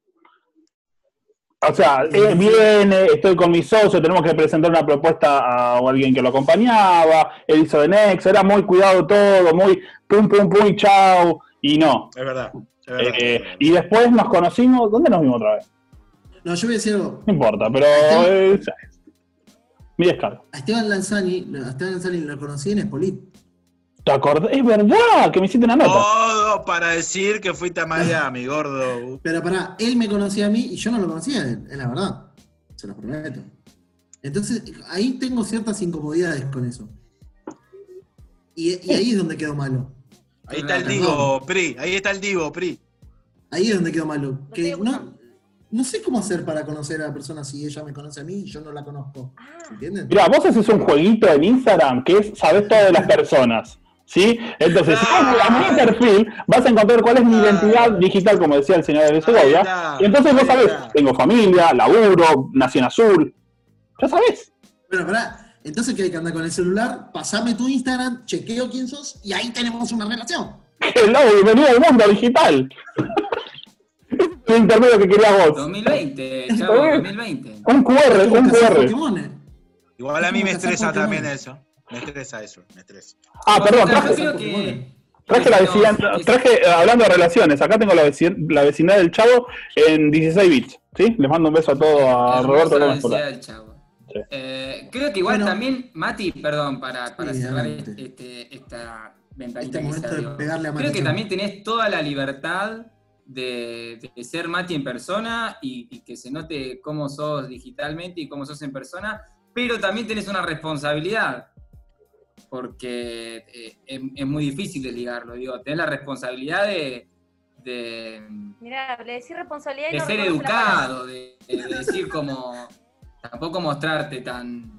S3: O sea, eh, viene, estoy con mi socio, tenemos que presentar una propuesta a alguien que lo acompañaba, él hizo de nexo, era muy cuidado todo, muy pum pum pum y chau, y no.
S4: Es verdad. Es verdad.
S3: Eh, y después nos conocimos, ¿dónde nos vimos otra vez?
S1: No, yo voy a decir algo.
S3: No importa, pero es- mi descargo.
S1: A Esteban Lanzani, a Esteban Lanzani lo conocí en Espolit.
S3: ¿Te acordás? Es verdad que me hiciste una nota.
S4: Todo para decir que fuiste a Miami, gordo.
S1: Pero pará, él me conocía a mí y yo no lo conocía a él, es la verdad. Se los prometo. Entonces, ahí tengo ciertas incomodidades con eso. Y, y ahí es donde quedo malo.
S4: Ahí está el Divo, Pri. Ahí está el Divo, Pri.
S1: Ahí es donde quedó malo.
S2: No
S1: Que
S2: te
S1: no, no sé cómo hacer para conocer a la persona si ella me conoce a mí y yo no la conozco.
S2: Ah,
S1: ¿Entienden?
S3: Mirá, vos haces un jueguito en Instagram que es sabés todo de las personas. ¿Sí? Entonces, si vas a mi perfil, vas a encontrar cuál es mi identidad digital, como decía el señor de
S4: Ahí
S3: Segovia.
S4: está.
S3: Y entonces vos
S4: Ahí
S3: sabés,
S4: está.
S3: tengo familia, laburo, nací en azul. Ya sabés.
S1: Bueno, pará. Entonces, ¿qué hay que andar con el celular? Pasame tu Instagram, chequeo quién sos y ahí tenemos una relación.
S3: Hello, bienvenido al mundo digital. *laughs* el intermedio que querías vos. *laughs*
S6: 2020, chavo, 2020.
S3: Un QR,
S1: Es como
S3: un
S1: cazar
S3: QR.
S1: Pokémon, eh.
S4: Igual a mí me estresa
S1: Cazar Pokémon.
S4: también eso. Me estresa eso, me estresa.
S3: Ah, perdón,
S6: Yo
S3: traje,
S6: creo que-
S3: traje la
S6: no,
S3: vecindad.
S6: es-
S3: Traje, eh, hablando de relaciones, acá tengo la vecindad, la vecindad del chavo en 16 bits. ¿Sí? Les mando un beso a todos, a
S6: hermosa
S3: Ah, Roberto.
S6: la
S3: Gómez por
S6: densidad del chavo.
S3: Sí.
S6: Eh, creo que igual
S1: Bueno.
S6: también, Mati, perdón, para, para
S1: Sí,
S6: cerrar
S1: adelante.
S6: este- esta
S1: Este
S6: ventanita que se
S1: momento de
S6: abrió.
S1: pegarle a
S6: Creo
S1: Mati.
S6: que también tenés toda la libertad de, de ser Mati en persona y, y que se note cómo sos digitalmente y cómo sos en persona, pero también tenés una responsabilidad, porque eh, es, es muy difícil desligarlo, digo, tenés la responsabilidad de, de,
S2: mirá, le decís responsabilidad y
S6: de
S2: no
S6: ser
S2: reconoce la palabra.
S6: educado, de, de decir como, tampoco mostrarte tan...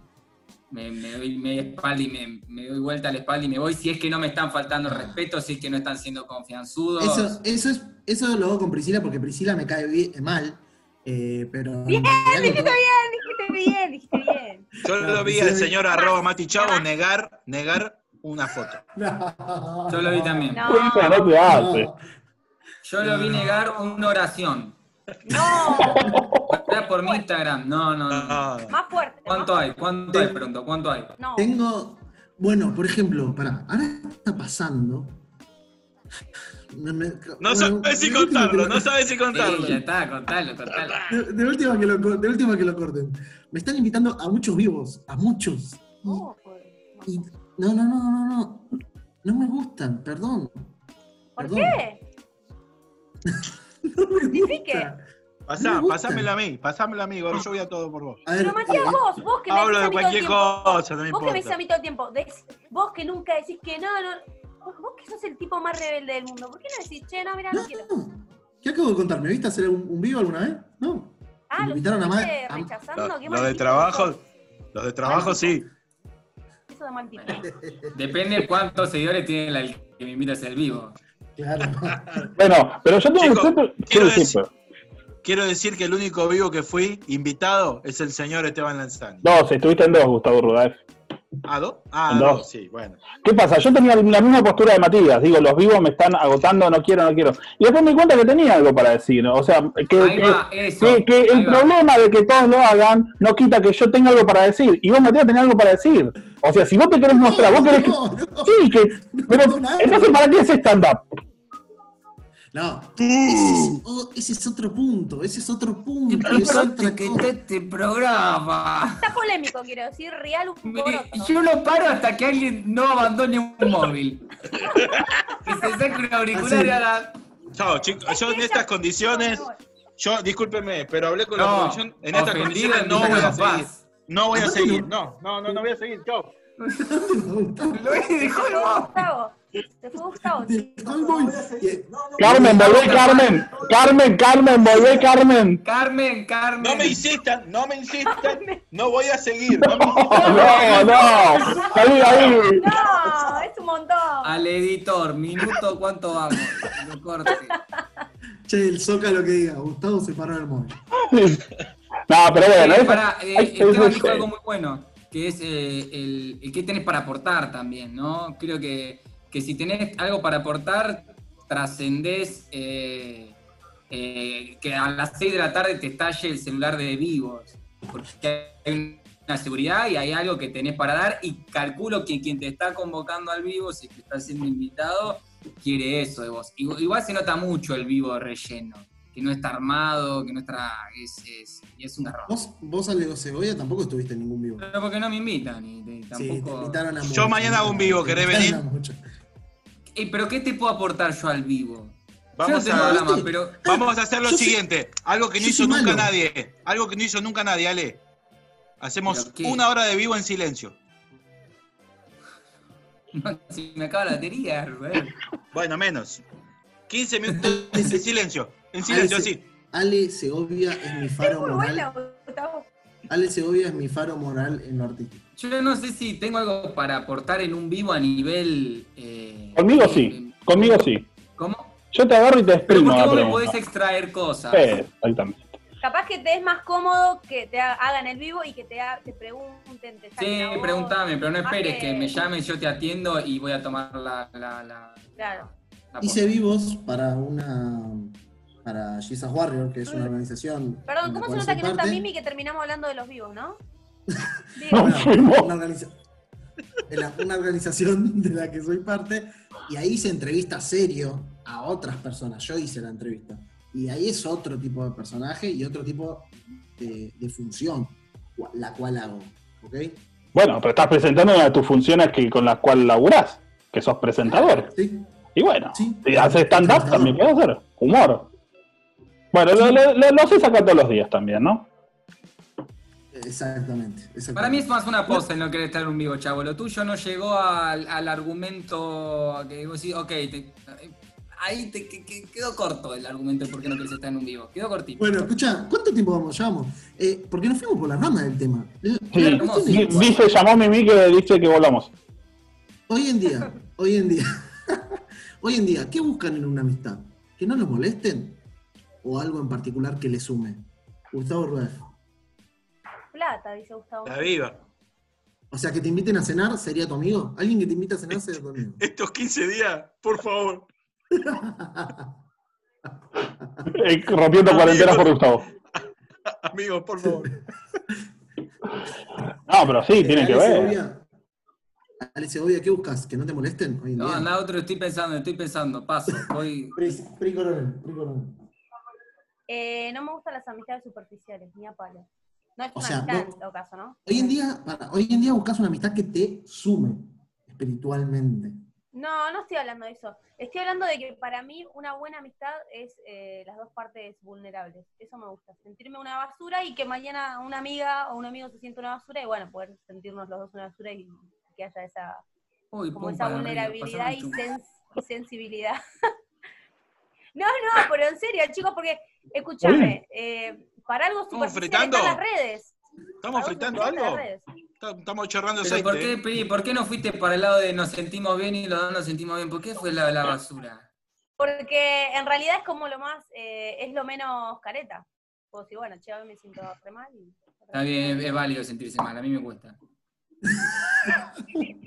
S6: Me, me doy media espalda y me, me doy vuelta a la espalda y me voy. Si es que no me están faltando el respeto, si es que no están siendo confianzudos.
S1: Eso, eso, es, eso lo hago con Priscila porque Priscila me cae bi- mal. eh, pero.
S2: Bien,
S1: algo-
S2: Ah, dijiste Dijiste bien, dijiste bien.
S1: Ah,
S4: Yo lo vi al señor arroba Mati Chavo negar, negar una foto.
S1: *laughs* No.
S6: Yo lo vi también.
S2: No,
S3: Cuenta, no te
S6: Ah,
S3: hace.
S1: No.
S6: Yo lo vi negar una oración.
S2: no,
S6: Era por mi Instagram. No, no, no.
S1: Ah.
S4: No.
S2: más fuerte.
S6: ¿Cuánto
S2: más
S6: hay? ¿Cuánto hay pronto? ¿Cuánto hay?
S2: fuerte. No,
S1: Tengo. Bueno, por ejemplo, pará, ahora está pasando. Me- me-
S4: No
S1: bueno,
S4: sabes si
S1: de última que
S4: contarlo,
S1: lo-
S4: no sabes si contarlo.
S6: Sí, ya está, contalo, contalo.
S1: De, de última que lo, co- de última que lo corten. Me están invitando a muchos vivos, a muchos. Y-
S2: no.
S1: y- no, no, no, no, no. No me gustan, perdón. *laughs*
S2: ¿Por
S1: Perdón.
S2: qué?
S1: No me
S2: Justifique.
S1: gusta.
S4: Pasá,
S1: Me gusta.
S4: pasámela a mí, pasámela a mí, gordo. Yo voy a todo por vos.
S1: A ver,
S2: Pero Matías,
S1: eh,
S2: vos, vos que me
S4: Hablo
S2: decís a mí todo
S4: de
S2: el
S4: cualquier
S2: tiempo.
S4: cosa, no me
S2: Vos que me decís a
S4: importa.
S2: mí todo el tiempo, des- vos que nunca decís que no, no, vos, vos que sos el tipo más rebelde del mundo, ¿por qué no decís, che, no, mira, no,
S1: No,
S2: quiero?
S1: no. ¿Qué acabo de contar? ¿Me viste hacer un, un vivo alguna vez? No.
S2: Ah,
S1: me
S2: lo
S1: invitaron a ma-
S2: estuviste
S1: a-
S2: rechazando,
S4: Los,
S2: qué
S4: los
S2: mal
S4: de
S2: tipo
S4: trabajo,
S2: sos.
S4: los de trabajo sí.
S2: Eso de mal tipo.
S6: Depende cuántos seguidores tiene la que me invita a ser vivo.
S1: *laughs* Claro.
S3: Bueno, pero yo tengo
S4: Chicos,
S3: que ser-
S4: quiero
S3: sí, sí,
S4: decir-
S3: pero-
S4: Quiero decir que el único vivo que fui invitado es el señor Esteban Lanzani.
S3: Dos, estuviste en dos, Gustavo Rudaef.
S4: ¿Ah, dos? Ah,
S3: En
S4: dos.
S3: dos.
S4: sí, bueno.
S3: ¿Qué pasa? Yo tenía la misma postura de Matías. Digo, los vivos me están agotando, no quiero, no quiero. Y después me di cuenta que tenía algo para decir. O sea, que, eh,
S6: Ahí
S3: que-
S6: va, eso.
S3: que- que
S6: ahí
S3: el
S6: va.
S3: problema de que todos lo hagan no quita que yo tenga algo para decir. Y vos, Matías, tenés algo para decir. O sea, si vos te querés mostrar, vos querés que.
S1: No, no.
S3: Sí, que. Pero, entonces, ¿para qué es stand-up?
S1: No, ese es, o- ese es otro punto, ese es otro punto. es otra
S6: que
S1: cosa.
S6: está este programa.
S2: Está polémico, quiero decir, real un
S6: *laughs* Me-
S2: poroto.
S6: Yo no paro hasta que alguien no abandone un móvil. Que se saque un auricular y haga.
S4: Chao, chicos. Yo en estas condiciones, yo, discúlpeme, pero hablé con la
S6: No,
S4: producción. En estas
S6: ofendido
S4: condiciones no
S6: empieza
S4: voy a
S6: con
S4: seguir.
S6: paz.
S4: No voy a seguir. No, no, no, no voy a seguir. Chao.
S6: Lo dejó el móvil.
S2: Gustavo. Se fue Gustavo.
S1: *laughs* Te-
S2: chicos.
S1: Ay, voy. Y-
S3: Carmen, volvé, Carmen. Carmen, Carmen, volvé, Carmen.
S6: Carmen, Carmen.
S4: No me insistan, no me insistan. No voy a seguir. No me
S3: Oh,
S4: insistan.
S3: no, no. Salí de ahí.
S2: No, es un montón.
S1: Ah,
S6: Al editor, minuto, ¿cuánto vamos? Lo corte.
S1: Che, el soca lo que diga, Gustavo se paró del móvil.
S3: No, pero bueno.
S6: Eh,
S3: eso-
S6: pará, eh,
S3: ay, eso
S6: Esteban
S3: es-
S6: dijo algo muy bueno, que es eh, el, el qué tenés para aportar también, ¿no? Creo que, que si tenés algo para aportar, trascendés eh, eh, que a las 6 de la tarde te estalle el celular de vivos, porque hay una seguridad y hay algo que tenés para dar y calculo que quien te está convocando al vivo, si es que está siendo invitado, quiere eso de vos. Igu- Igual se nota mucho el vivo relleno. Que no está armado, que no está. Es, es, y es un error.
S1: Vos, vos Ale Cebolla tampoco estuviste en ningún vivo.
S6: Pero porque no me invitan y, y
S1: Sí, te
S6: tampoco.
S1: invitaron a
S4: Yo mañana hago un vivo, ¿querés
S1: Te invitaron
S4: venir?
S1: a mucho.
S6: Ey, pero ¿qué te puedo aportar yo al vivo?
S4: Vamos
S6: yo no tengo
S4: a,
S6: programa, pero *laughs*
S4: vamos a hacer lo
S1: Yo soy-
S4: siguiente. Algo que no
S1: yo
S4: hizo
S1: soy
S4: nunca
S1: malo.
S4: nadie. Algo que no hizo nunca nadie, Ale. Hacemos
S6: ¿Pero qué?
S4: una hora de vivo en silencio.
S6: no, si me acaba la batería, Rubén.
S4: Bueno, menos.
S1: *laughs*
S4: 15 minutos en
S1: Ese-
S4: silencio. En silencio,
S1: ese-
S4: así.
S1: Ale Segovia es mi
S2: Es
S1: faro
S2: muy
S1: moral.
S2: bueno, Gustavo.
S1: Ale Segovia es mi faro moral en lo artístico.
S6: Yo no sé si tengo algo para aportar en un vivo a nivel. eh,
S3: Conmigo
S6: eh,
S3: sí. Conmigo sí.
S6: ¿Cómo?
S3: Yo te agarro y te
S6: Pero
S3: exprimo
S6: porque
S3: la
S6: vos me podés
S3: pregunta.
S6: extraer cosas.
S3: Sí, exactamente.
S2: Capaz que te es más cómodo que te ha- hagan el vivo y que te, ha- te pregunten, te
S6: Sí,
S2: saquen a vos.
S6: preguntame, pero no
S2: Más
S6: esperes que
S2: que-
S6: me llames, yo te atiendo y voy a tomar la. la, la,
S2: Claro.
S6: la
S1: Hice vivos para una. para Jesus Warrior, que es una organización.
S2: Perdón,
S1: en
S2: ¿cómo se
S1: la cual
S2: nota
S1: soy
S2: que no está
S1: parte.
S2: Mimi que terminamos hablando de los vivos,
S1: *laughs*
S2: no?
S3: No,
S2: Digo,
S3: fuimos.
S1: una, organiza- en la- una organización *laughs* de la que soy parte, y ahí hice entrevista serio a otras personas, yo hice la entrevista. Y ahí es otro tipo de personaje y otro tipo de, de función, cua- la cual hago, ¿ok?
S3: Bueno, pero estás presentando una de tus funciones que, con las cuales laburás, que sos presentador.
S1: ¿Sí?
S3: Y bueno,
S1: Sí.
S3: y haces stand-up también, ¿qué vas a hacer? Humor. Bueno, lo, lo- lo- lo haces acá todos los días también, ¿no?
S1: Exactamente, exactamente.
S6: Para mí es más una posta en no querer estar en un vivo, chavo. Lo tuyo no llegó al, al argumento que vos decís, ok, te- ahí te que- que- quedó corto el argumento de por qué no querés estar en un vivo. Quedó cortito.
S1: Bueno, escucha, ¿cuánto tiempo vamos? llevamos? Eh, porque nos fuimos por la rama del tema. La-
S3: Sí.
S1: la cuestión es-
S3: Di- Dice, llamó Mimi que dice que volamos.
S1: Hoy en día, hoy en día, *laughs* hoy en día, ¿qué buscan en una amistad? ¿Que no los molesten? ¿O algo en particular que les sume? Gustavo Rueff.
S2: plata, dice Gustavo.
S4: La viva.
S1: O sea, que te inviten a cenar sería tu amigo. Alguien que te invite a cenar sería tu amigo.
S4: Estos 15 días, por favor. *laughs*
S3: Eh, rompiendo cuarentenas por Gustavo.
S4: Amigos, por favor.
S3: No, pero sí, *laughs* tiene que
S1: Ale
S3: ver.
S1: Segovia, Ale Segovia, ¿qué buscas? ¿Que no te molesten hoy en
S6: No,
S1: día?
S6: anda otro, estoy pensando, estoy pensando, paso. Voy.
S1: Pri- Pri Coronel, Pri Coronel.
S2: Eh, no me gustan las amistades superficiales, ni a palo. No es
S1: O
S2: una
S1: sea,
S2: amistad
S1: no-
S2: en todo caso, ¿no?
S1: Hoy en día, para, hoy en día buscas una amistad que te sume espiritualmente.
S2: No, no estoy hablando de eso. Estoy hablando de que para mí una buena amistad es eh, las dos partes vulnerables. Eso me gusta. Sentirme una basura y que mañana una amiga o un amigo se sienta una basura y bueno, poder sentirnos los dos una basura y que haya esa,
S6: Uy,
S2: como
S6: pum,
S2: esa
S6: para arriba,
S2: vulnerabilidad
S6: pasame
S2: y,
S6: un chum.
S2: sens- y sensibilidad. *laughs* no, no, pero en serio, chicos, porque
S3: Bien.
S2: escúchame, eh, para algo
S4: ¿Estamos
S2: superficial están las
S4: fritando?
S2: redes.
S4: ¿Estamos fritando
S2: superficial están
S4: algo?
S2: las redes.
S4: Está- Estamos chorrando
S6: Pero ¿por
S4: aceite.
S6: qué,
S4: ¿eh?
S6: Pri, por qué no fuiste para el lado de nos sentimos bien y los dos nos sentimos bien? ¿Por qué fue el lado de la basura?
S2: Porque en realidad es como lo más, eh, es lo menos careta. Puedo decir, bueno, che, hoy me siento re mal. y-
S6: Está bien, es, es válido sentirse mal, a mí me cuesta.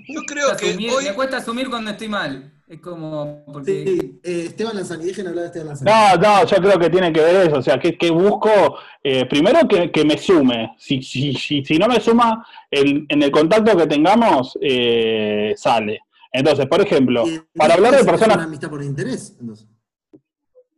S4: Yo creo que
S6: Asumir-
S4: hoy
S6: Me cuesta asumir cuando estoy mal. Es como, porque
S1: Sí, eh, Esteban Lanzani, dejen hablar de Esteban Lanzani.
S3: No, no, yo creo que tiene que ver eso. O sea, que, que busco, eh, primero que, que me sume. Si, si, si, si no me suma, el- en el contacto que tengamos, eh, sale. Entonces, por ejemplo,
S1: Y en
S3: para hablar de
S1: realidad es
S3: personas
S1: Una amistad por interés, entonces.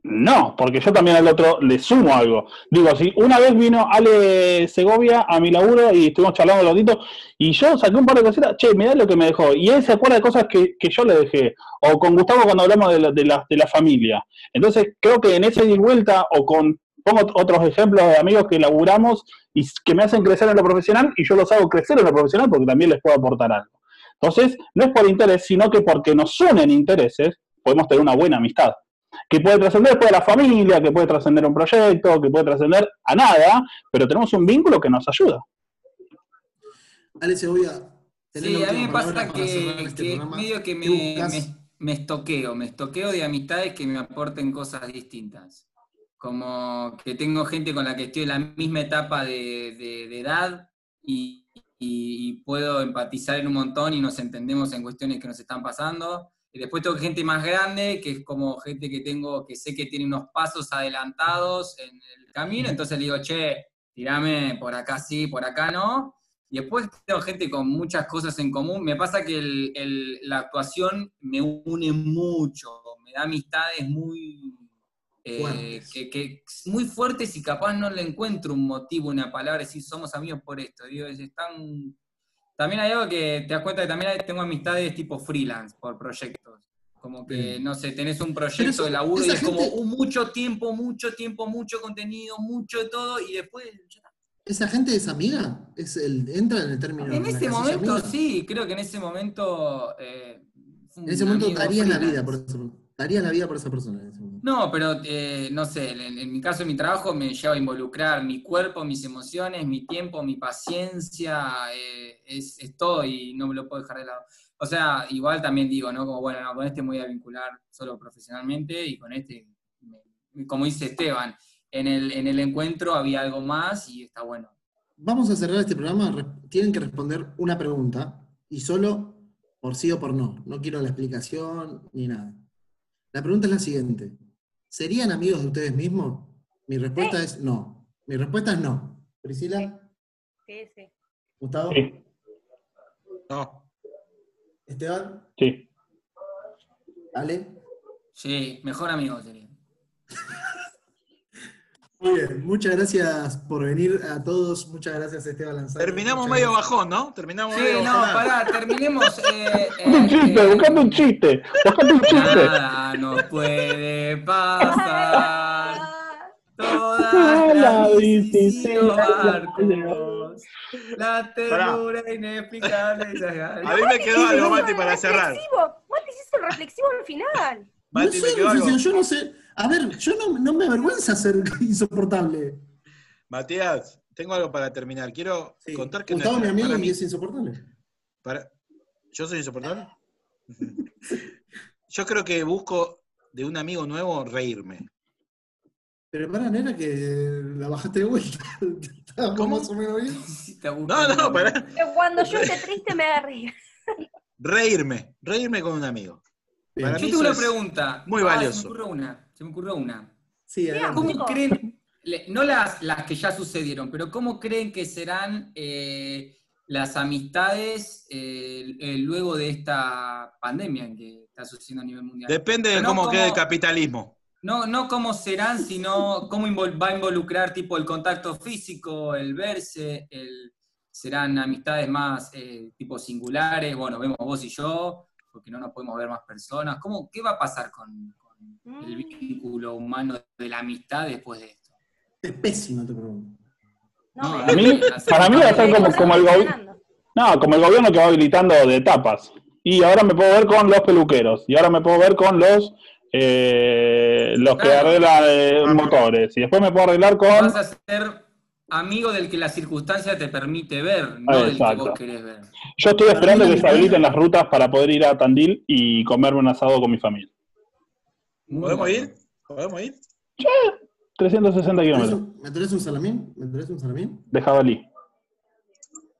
S3: No, porque yo también al otro le sumo algo. Digo, si una vez vino Ale Segovia a mi laburo y estuvimos charlando los ratito, y yo saqué un par de cositas, che, mirá lo que me dejó. Y él se acuerda de cosas que, que yo le dejé. O con Gustavo cuando hablamos de la, de la, de la familia. Entonces, creo que en ese ida y vuelta, o con, pongo ot- otros ejemplos de amigos que laburamos y s- que me hacen crecer en lo profesional, y yo los hago crecer en lo profesional porque también les puedo aportar algo. Entonces, no es por interés, sino que porque nos unen intereses, podemos tener una buena amistad que puede trascender después a la familia, que puede trascender a un proyecto, que puede trascender a nada, pero tenemos un vínculo que nos ayuda.
S1: Ale Segovia, tenés
S6: Sí,
S1: la
S6: a mí me
S1: última
S6: pasa
S1: palabra para cerrar
S6: que,
S1: este
S6: que
S1: programa.
S6: medio que me,
S1: ¿Qué buscas?
S6: me, me estoqueo, me estoqueo de amistades que me aporten cosas distintas. Como que tengo gente con la que estoy en la misma etapa de, de- de edad y, y- y puedo empatizar en un montón y nos entendemos en cuestiones que nos están pasando. Y después tengo gente más grande, que es como gente que tengo, que sé que tiene unos pasos adelantados en el camino, entonces le digo, che, tirame por acá sí, por acá no. Y después tengo gente con muchas cosas en común. Me pasa que el- el- la actuación me une mucho, me da amistades muy, eh,
S1: Fuertes.
S6: que, que- muy fuertes y capaz no le encuentro un motivo, una palabra, decir somos amigos por esto. Digo, es tan... También hay algo que te das cuenta que también hay- tengo amistades tipo freelance por proyectos. Como que,
S1: Mm.
S6: no sé, tenés un proyecto
S1: eso-
S6: de laburo y
S1: esa
S6: es como
S1: gente-
S6: un mucho tiempo, mucho tiempo, mucho contenido, mucho de todo, y después ya
S1: ¿Esa gente es amiga? ¿Es el, ¿Entra en el término
S6: en
S1: de la
S6: ese
S1: casilla
S6: momento
S1: amiga?
S6: sí, creo que en ese momento. eh, fue
S1: En ese
S6: un
S1: momento
S6: amigo
S1: darías la
S6: freelance.
S1: vida por esa persona. Darías la vida por esa persona en ese momento.
S6: No, pero eh, no sé, en, en mi caso, mi trabajo me lleva a involucrar mi cuerpo, mis emociones, mi tiempo, mi paciencia, eh, es, es todo y no me lo puedo dejar de lado. O sea, igual también digo, ¿no? Como bueno, no, con este me voy a vincular solo profesionalmente y con este, me- como dice Esteban, en el, en el encuentro había algo más y está bueno.
S1: Vamos a cerrar este programa. Re- Tienen que responder una pregunta y solo por sí o por no. No quiero la explicación ni nada. La pregunta es la siguiente. ¿Serían amigos de ustedes mismos? Mi respuesta es no. Mi respuesta es no. Priscila,
S2: Sí, sí.
S1: Gustavo,
S3: Sí,
S4: No.
S1: Esteban,
S3: sí.
S1: Ale.
S6: Sí, mejor amigo sería.
S1: Muy bien, muchas gracias por venir a todos. Muchas gracias, Esteban Lanzaro.
S4: Terminamos
S1: Muchas
S4: medio
S1: gracias.
S4: bajón, ¿no? Terminamos
S6: Sí,
S4: medio
S6: no,
S4: bajonada.
S6: pará, terminemos. eh,
S3: Buscate *laughs* un
S6: eh,
S3: chiste,
S6: eh,
S3: buscate un chiste, buscate un chiste.
S6: Nada nos *laughs* puede pasar.
S2: Ah,
S6: Todas
S3: La
S6: las
S3: decisión.
S6: barcos. La ternura inexplicable.
S4: *laughs*
S6: y las-
S4: A mí me quedó algo, Mati, para cerrar.
S2: Reflexivo. Mati hizo el reflexivo al final.
S1: No
S4: Mati,
S1: soy
S4: me quedó algo.
S1: difícil, yo no sé. A ver, yo no, no me avergüenza ser *laughs* insoportable.
S4: Matías, tengo algo para terminar. Quiero contar que
S1: Gustavo, mi
S4: nuestra-
S1: amigo,
S4: para mí-
S1: y es insoportable.
S4: para- ¿Yo
S1: *laughs*
S4: soy insoportable? Yo creo que busco de un amigo nuevo reírme.
S1: Pero para, no era que la bajaste de vuelta. *laughs* Estábamos
S4: ¿Cómo?
S1: más o menos bien.
S4: No, no, pará.
S2: Pero Cuando yo esté triste me da reír.
S4: Reírme. Reírme con un amigo.
S1: Bien.
S4: Para
S6: Yo
S4: mí
S6: tengo
S4: eso
S6: una
S4: es
S6: pregunta.
S4: muy
S6: Ah,
S4: valioso.
S6: se me ocurrió una. Se me ocurrió una.
S1: Sí,
S2: Veamos.
S6: ¿Cómo
S1: adelante.
S2: Chicos.
S6: creen, le- no las, las que ya sucedieron, pero cómo creen que serán eh, las amistades eh, eh, luego de esta pandemia en que está sucediendo a nivel mundial?
S4: Depende de
S6: Pero no
S4: cómo
S6: como-
S4: quede el capitalismo.
S6: No, no cómo serán, sino cómo invol- va a involucrar tipo el contacto físico, el verse, el, serán amistades más eh, tipo singulares, bueno, vemos vos y yo, porque no nos podemos ver más personas. ¿Cómo, ¿Qué va a pasar con, con
S3: Mm.
S6: el vínculo humano de la amistad después de esto?
S1: Es pésima tu pregunta.
S6: *laughs* No,
S2: me-
S3: A mí, para
S2: eh,
S3: mí va a ser como, como el gobierno.
S2: Fernando.
S3: No, como el gobierno que va habilitando de etapas. Y ahora me puedo ver con los peluqueros. Y ahora me puedo ver con los eh, los que
S6: Claro.
S3: arreglan eh,
S4: Ajá.
S3: motores. Y después me puedo arreglar con.
S6: Vas a ser amigo del que la circunstancia te permite ver, no del que
S3: Exacto.
S6: vos querés ver.
S3: Yo estoy esperando
S1: mí la
S3: que se
S1: mitad-
S3: habiliten las rutas para poder ir a Tandil y comerme un asado con mi familia.
S6: Muy
S4: ¿Podemos
S6: bueno.
S4: ir? ¿Podemos ir?
S3: 360
S1: ¿Me traes
S3: kilómetros.
S1: un- ¿Me traes un salamín? ¿Me traes un salamín?
S3: De jabalí.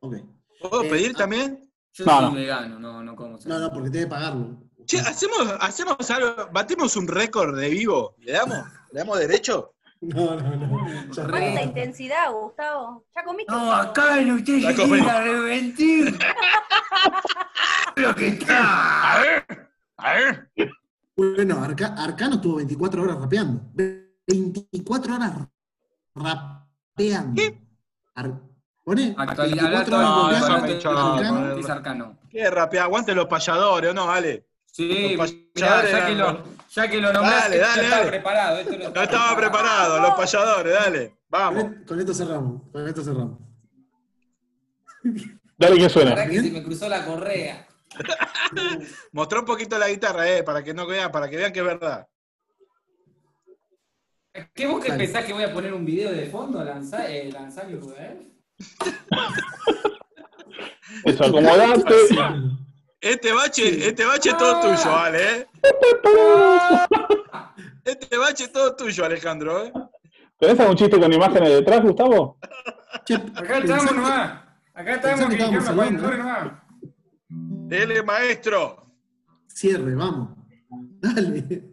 S1: Ok.
S4: ¿Puedo
S1: Eh,
S4: pedir
S1: ah.
S4: también?
S6: Yo
S3: No,
S6: soy
S3: no.
S6: vegano, no, no como
S1: No, no, porque tiene que pagarlo.
S4: Che, hacemos, hacemos algo, batemos un récord de vivo. ¿Le damos? ¿Le damos derecho?
S1: *laughs* No, no, no. Ya
S6: Re-
S2: ¿Cuánta
S1: está.
S2: intensidad, Gustavo? ¿Ya comiste?
S6: No,
S4: Eh,
S2: Gustavo?
S6: acá en usted
S4: La
S6: se
S4: comen-
S6: quiere arrepentir. Lo que está.
S4: A ver.
S1: Bueno, Arca- Arcano estuvo 24 horas rapeando. 24 horas rapeando.
S4: ¿Qué?
S1: Ar- pone
S9: Actualidad,
S1: 24
S9: hablar
S4: no,
S1: horas
S9: todo-
S4: eso no,
S1: rapeando.
S4: me
S9: todo-
S4: chocó,
S9: todo-
S4: no,
S9: todo es arcano.
S4: ¿Qué rapea? Aguante los payadores, ¿o ¿no, Ale?
S9: Sí,
S4: Los
S9: mirá,
S4: payadores
S9: ya que
S4: eran-
S9: lo, ya que lo nombraste,
S4: Dale, dale,
S9: no estaba
S4: dale.
S9: preparado. Esto
S4: No estaba preparado, los payadores, dale.
S1: Con,
S4: Vamos.
S1: e- con esto cerramos. Con esto cerramos.
S3: Dale que
S9: La
S3: suena.
S9: verdad que se me cruzó la correa.
S4: Mostró un poquito la guitarra, eh, para que no vean, para que vean que es verdad.
S9: ¿Qué vos que
S1: Dale.
S9: pensás que voy a poner un video de fondo? Lanzá, eh, lanzá mi poder.
S3: Desacomodate.
S4: Este bache, este bache es todo tuyo, Ale, eh. Este bache es todo tuyo, Alejandro, eh.
S3: ¿Tenés algún chiste con imágenes detrás, Gustavo?
S1: Che,
S6: Acá
S1: pensá
S6: estamos
S1: que-
S6: nomás. Acá
S1: Pensá que
S6: estamos que
S1: estábamos
S6: dijeron los
S1: hablando,
S6: vendedores
S1: ¿eh?
S6: nomás.
S4: Dele, maestro.
S1: Cierre, vamos. Dale.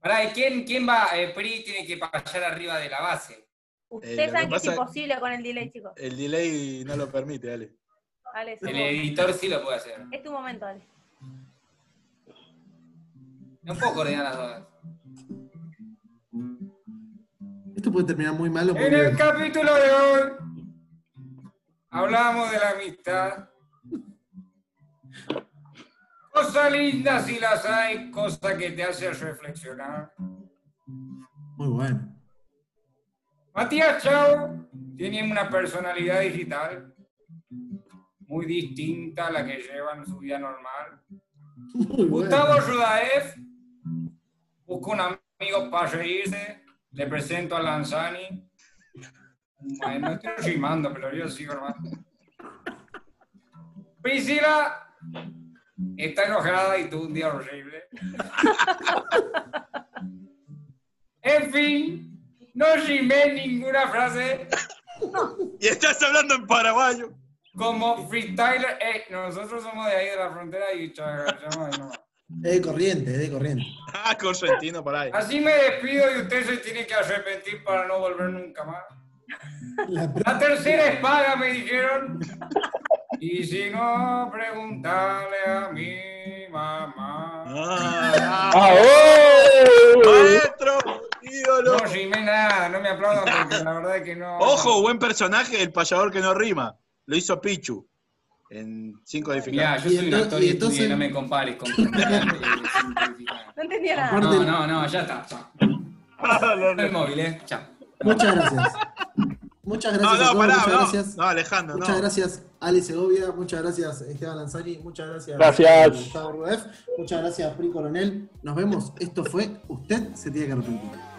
S9: Pará, ¿y quién, quién va? Eh, PRI tiene que pasar arriba de la base.
S4: Eh,
S2: Ustedes
S4: lo
S2: saben
S4: que
S2: que es
S4: pasa-
S2: imposible con el delay, chicos.
S4: El delay no lo permite, Ale.
S2: Ale, es tu,
S9: El
S2: momento.
S9: editor sí lo puede hacer.
S2: Es tu momento, Ale.
S9: No puedo coordinar las dos.
S1: Esto puede terminar muy malo.
S6: En el
S1: Porque...
S6: capítulo de hoy hablamos de la amistad. Cosas lindas si las hay, cosas que te hacen reflexionar.
S1: Muy bueno.
S6: Matías Chao tiene una personalidad digital muy distinta a la que lleva en su vida normal.
S1: Muy
S6: Gustavo
S1: bueno.
S6: Rudaev busca un amigo para reírse. Le presento a Lanzani. Ay, No estoy rimando, pero yo sigo nomás. Priscila está enojada y tuvo un día horrible. En fin, no rimé ninguna frase
S4: Y estás hablando en paraguayo.
S6: como freestyler. Eh, nosotros somos de ahí de la frontera y chagallamos ahí nomás.
S1: Es de corriente, es de corriente.
S4: Ah, correntino por ahí.
S6: Así me despido y usted se tiene que arrepentir para no volver nunca más.
S1: La
S6: La tercera es paga, me dijeron. Y si no, pregúntale a mi mamá.
S4: Ah, ah.
S3: ¡Ah, oh!
S4: maestro, ídolo.
S6: No rimé nada, no me aplaudan porque la verdad es que no.
S4: Ojo, buen personaje, el payador que no rima. Lo hizo Pichu. En 5
S9: Mirá,
S4: edificados.
S9: yo
S1: Y
S9: soy un
S1: entonces-
S9: actor
S1: y
S9: y estudié,
S1: entonces-
S9: no me compares
S6: *laughs*
S9: con... no,
S2: No entendía nada.
S1: Aparte-
S9: no, no, ya está. Chao.
S4: *laughs*
S9: El móvil, eh. Chao.
S1: Muchas gracias. Muchas gracias
S4: No,
S1: a
S4: no,
S1: todos,
S4: pará,
S1: muchas
S4: no.
S1: gracias.
S4: No, Alejandro,
S1: Muchas
S4: no.
S1: gracias, Ale Segovia. Muchas gracias, Esteban Lanzani. Muchas gracias,
S3: Gracias.
S1: Gustavo Rueff. Muchas gracias, Pri Coronel. Nos vemos. Esto fue Usted se tiene que arrepentir.